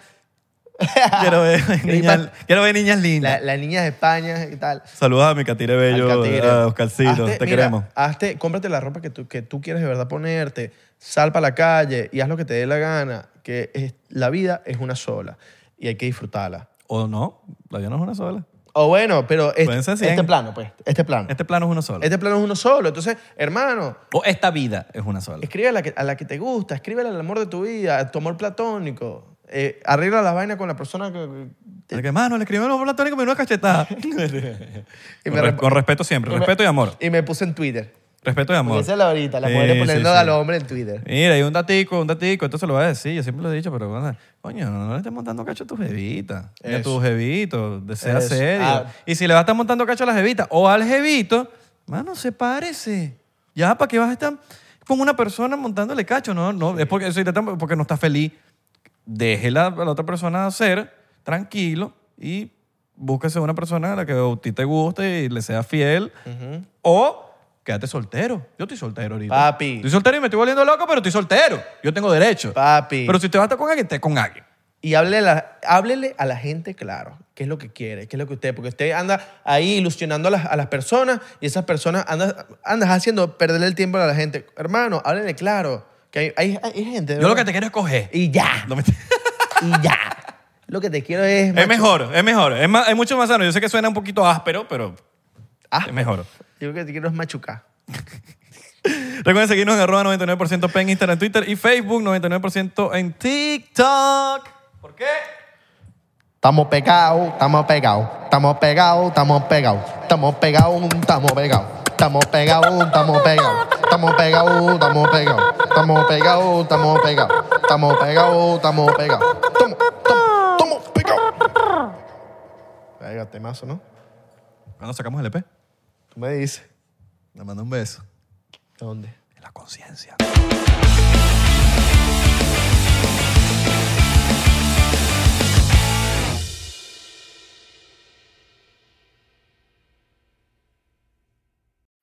quiero, ver niñas, quiero ver niñas lindas. La, la niña de España y tal. Saludos a mi Catire Bello, Al catire. a Oscarcito, Hazte- te mira, queremos. Hazte, cómprate la ropa que tú, que tú quieres de verdad ponerte, sal para la calle y haz lo que te dé la gana, que es- la vida es una sola y hay que disfrutarla. O no, la vida no es una sola. O bueno, pero Pueden este, ser cien. este plano, pues, este plano. Este plano es uno solo. Este plano es uno solo. Entonces, hermano, O esta vida es una sola. escribe a la que, a la que te gusta, escríbele al amor de tu vida, a tu amor platónico. Eh, arregla la vaina con la persona que... El que, mano, le escribí un platónico y me dio una cachetada. Y con, me re- rep- con respeto siempre, respeto y amor. Y me puse en Twitter. Respeto y amor. Porque esa es la ahorita, la Sí, mujer sí, poniendo sí. a los hombres en Twitter. Mira, hay un datico, un datico, esto se lo voy a decir, yo siempre lo he dicho, pero bueno, coño, no, no le estés montando cacho a tu jevita, ni a Eso. tu jevito, de- sea Eso. serio. Ah. Y si le vas a estar montando cacho a la jevita o al jevito, mano, se parece. Ya, ¿para qué vas a estar con una persona montándole cacho? No, no, es porque, si te están- porque no está feliz. Déjela a la otra persona hacer, tranquilo, y búsquese una persona a la que a ti te guste y le sea fiel, o quédate soltero. Yo estoy soltero ahorita. Papi. Estoy soltero y me estoy volviendo loco, pero estoy soltero. Yo tengo derecho. Papi. Pero si te vas a estar con alguien, esté con alguien. Y háblele a, la- háblele a la gente, claro, qué es lo que quiere, qué es lo que usted, porque usted anda ahí ilusionando a las, a las personas y esas personas andas andas haciendo perderle el tiempo a la gente. Hermano, háblele claro, que hay, hay- hay gente. Yo lo que ¿verdad? te quiero es coger. Y ya, No, mentira. y ya. lo que te quiero es... es macho, mejor, es mejor. Es, más- es mucho más sano. Yo sé que suena un poquito áspero, pero ah, es mejor. Yo lo que te quiero es machucar. Recuerden seguirnos en arroba 99% en Instagram, Twitter y Facebook, 99% en TikTok. ¿Por qué? Estamos pegados, estamos pegados, estamos pegados, estamos pegados, estamos pegados, estamos pegados, estamos pegados, estamos pegados, estamos pegados, estamos pegados, estamos pegados, estamos pegados, estamos pegados, estamos pegados, estamos, estamos, estamos pegados. Venga, temazo, ¿no? Cuando sacamos el E EP, Tú me dices. le mando un beso. ¿Dónde? En la conciencia.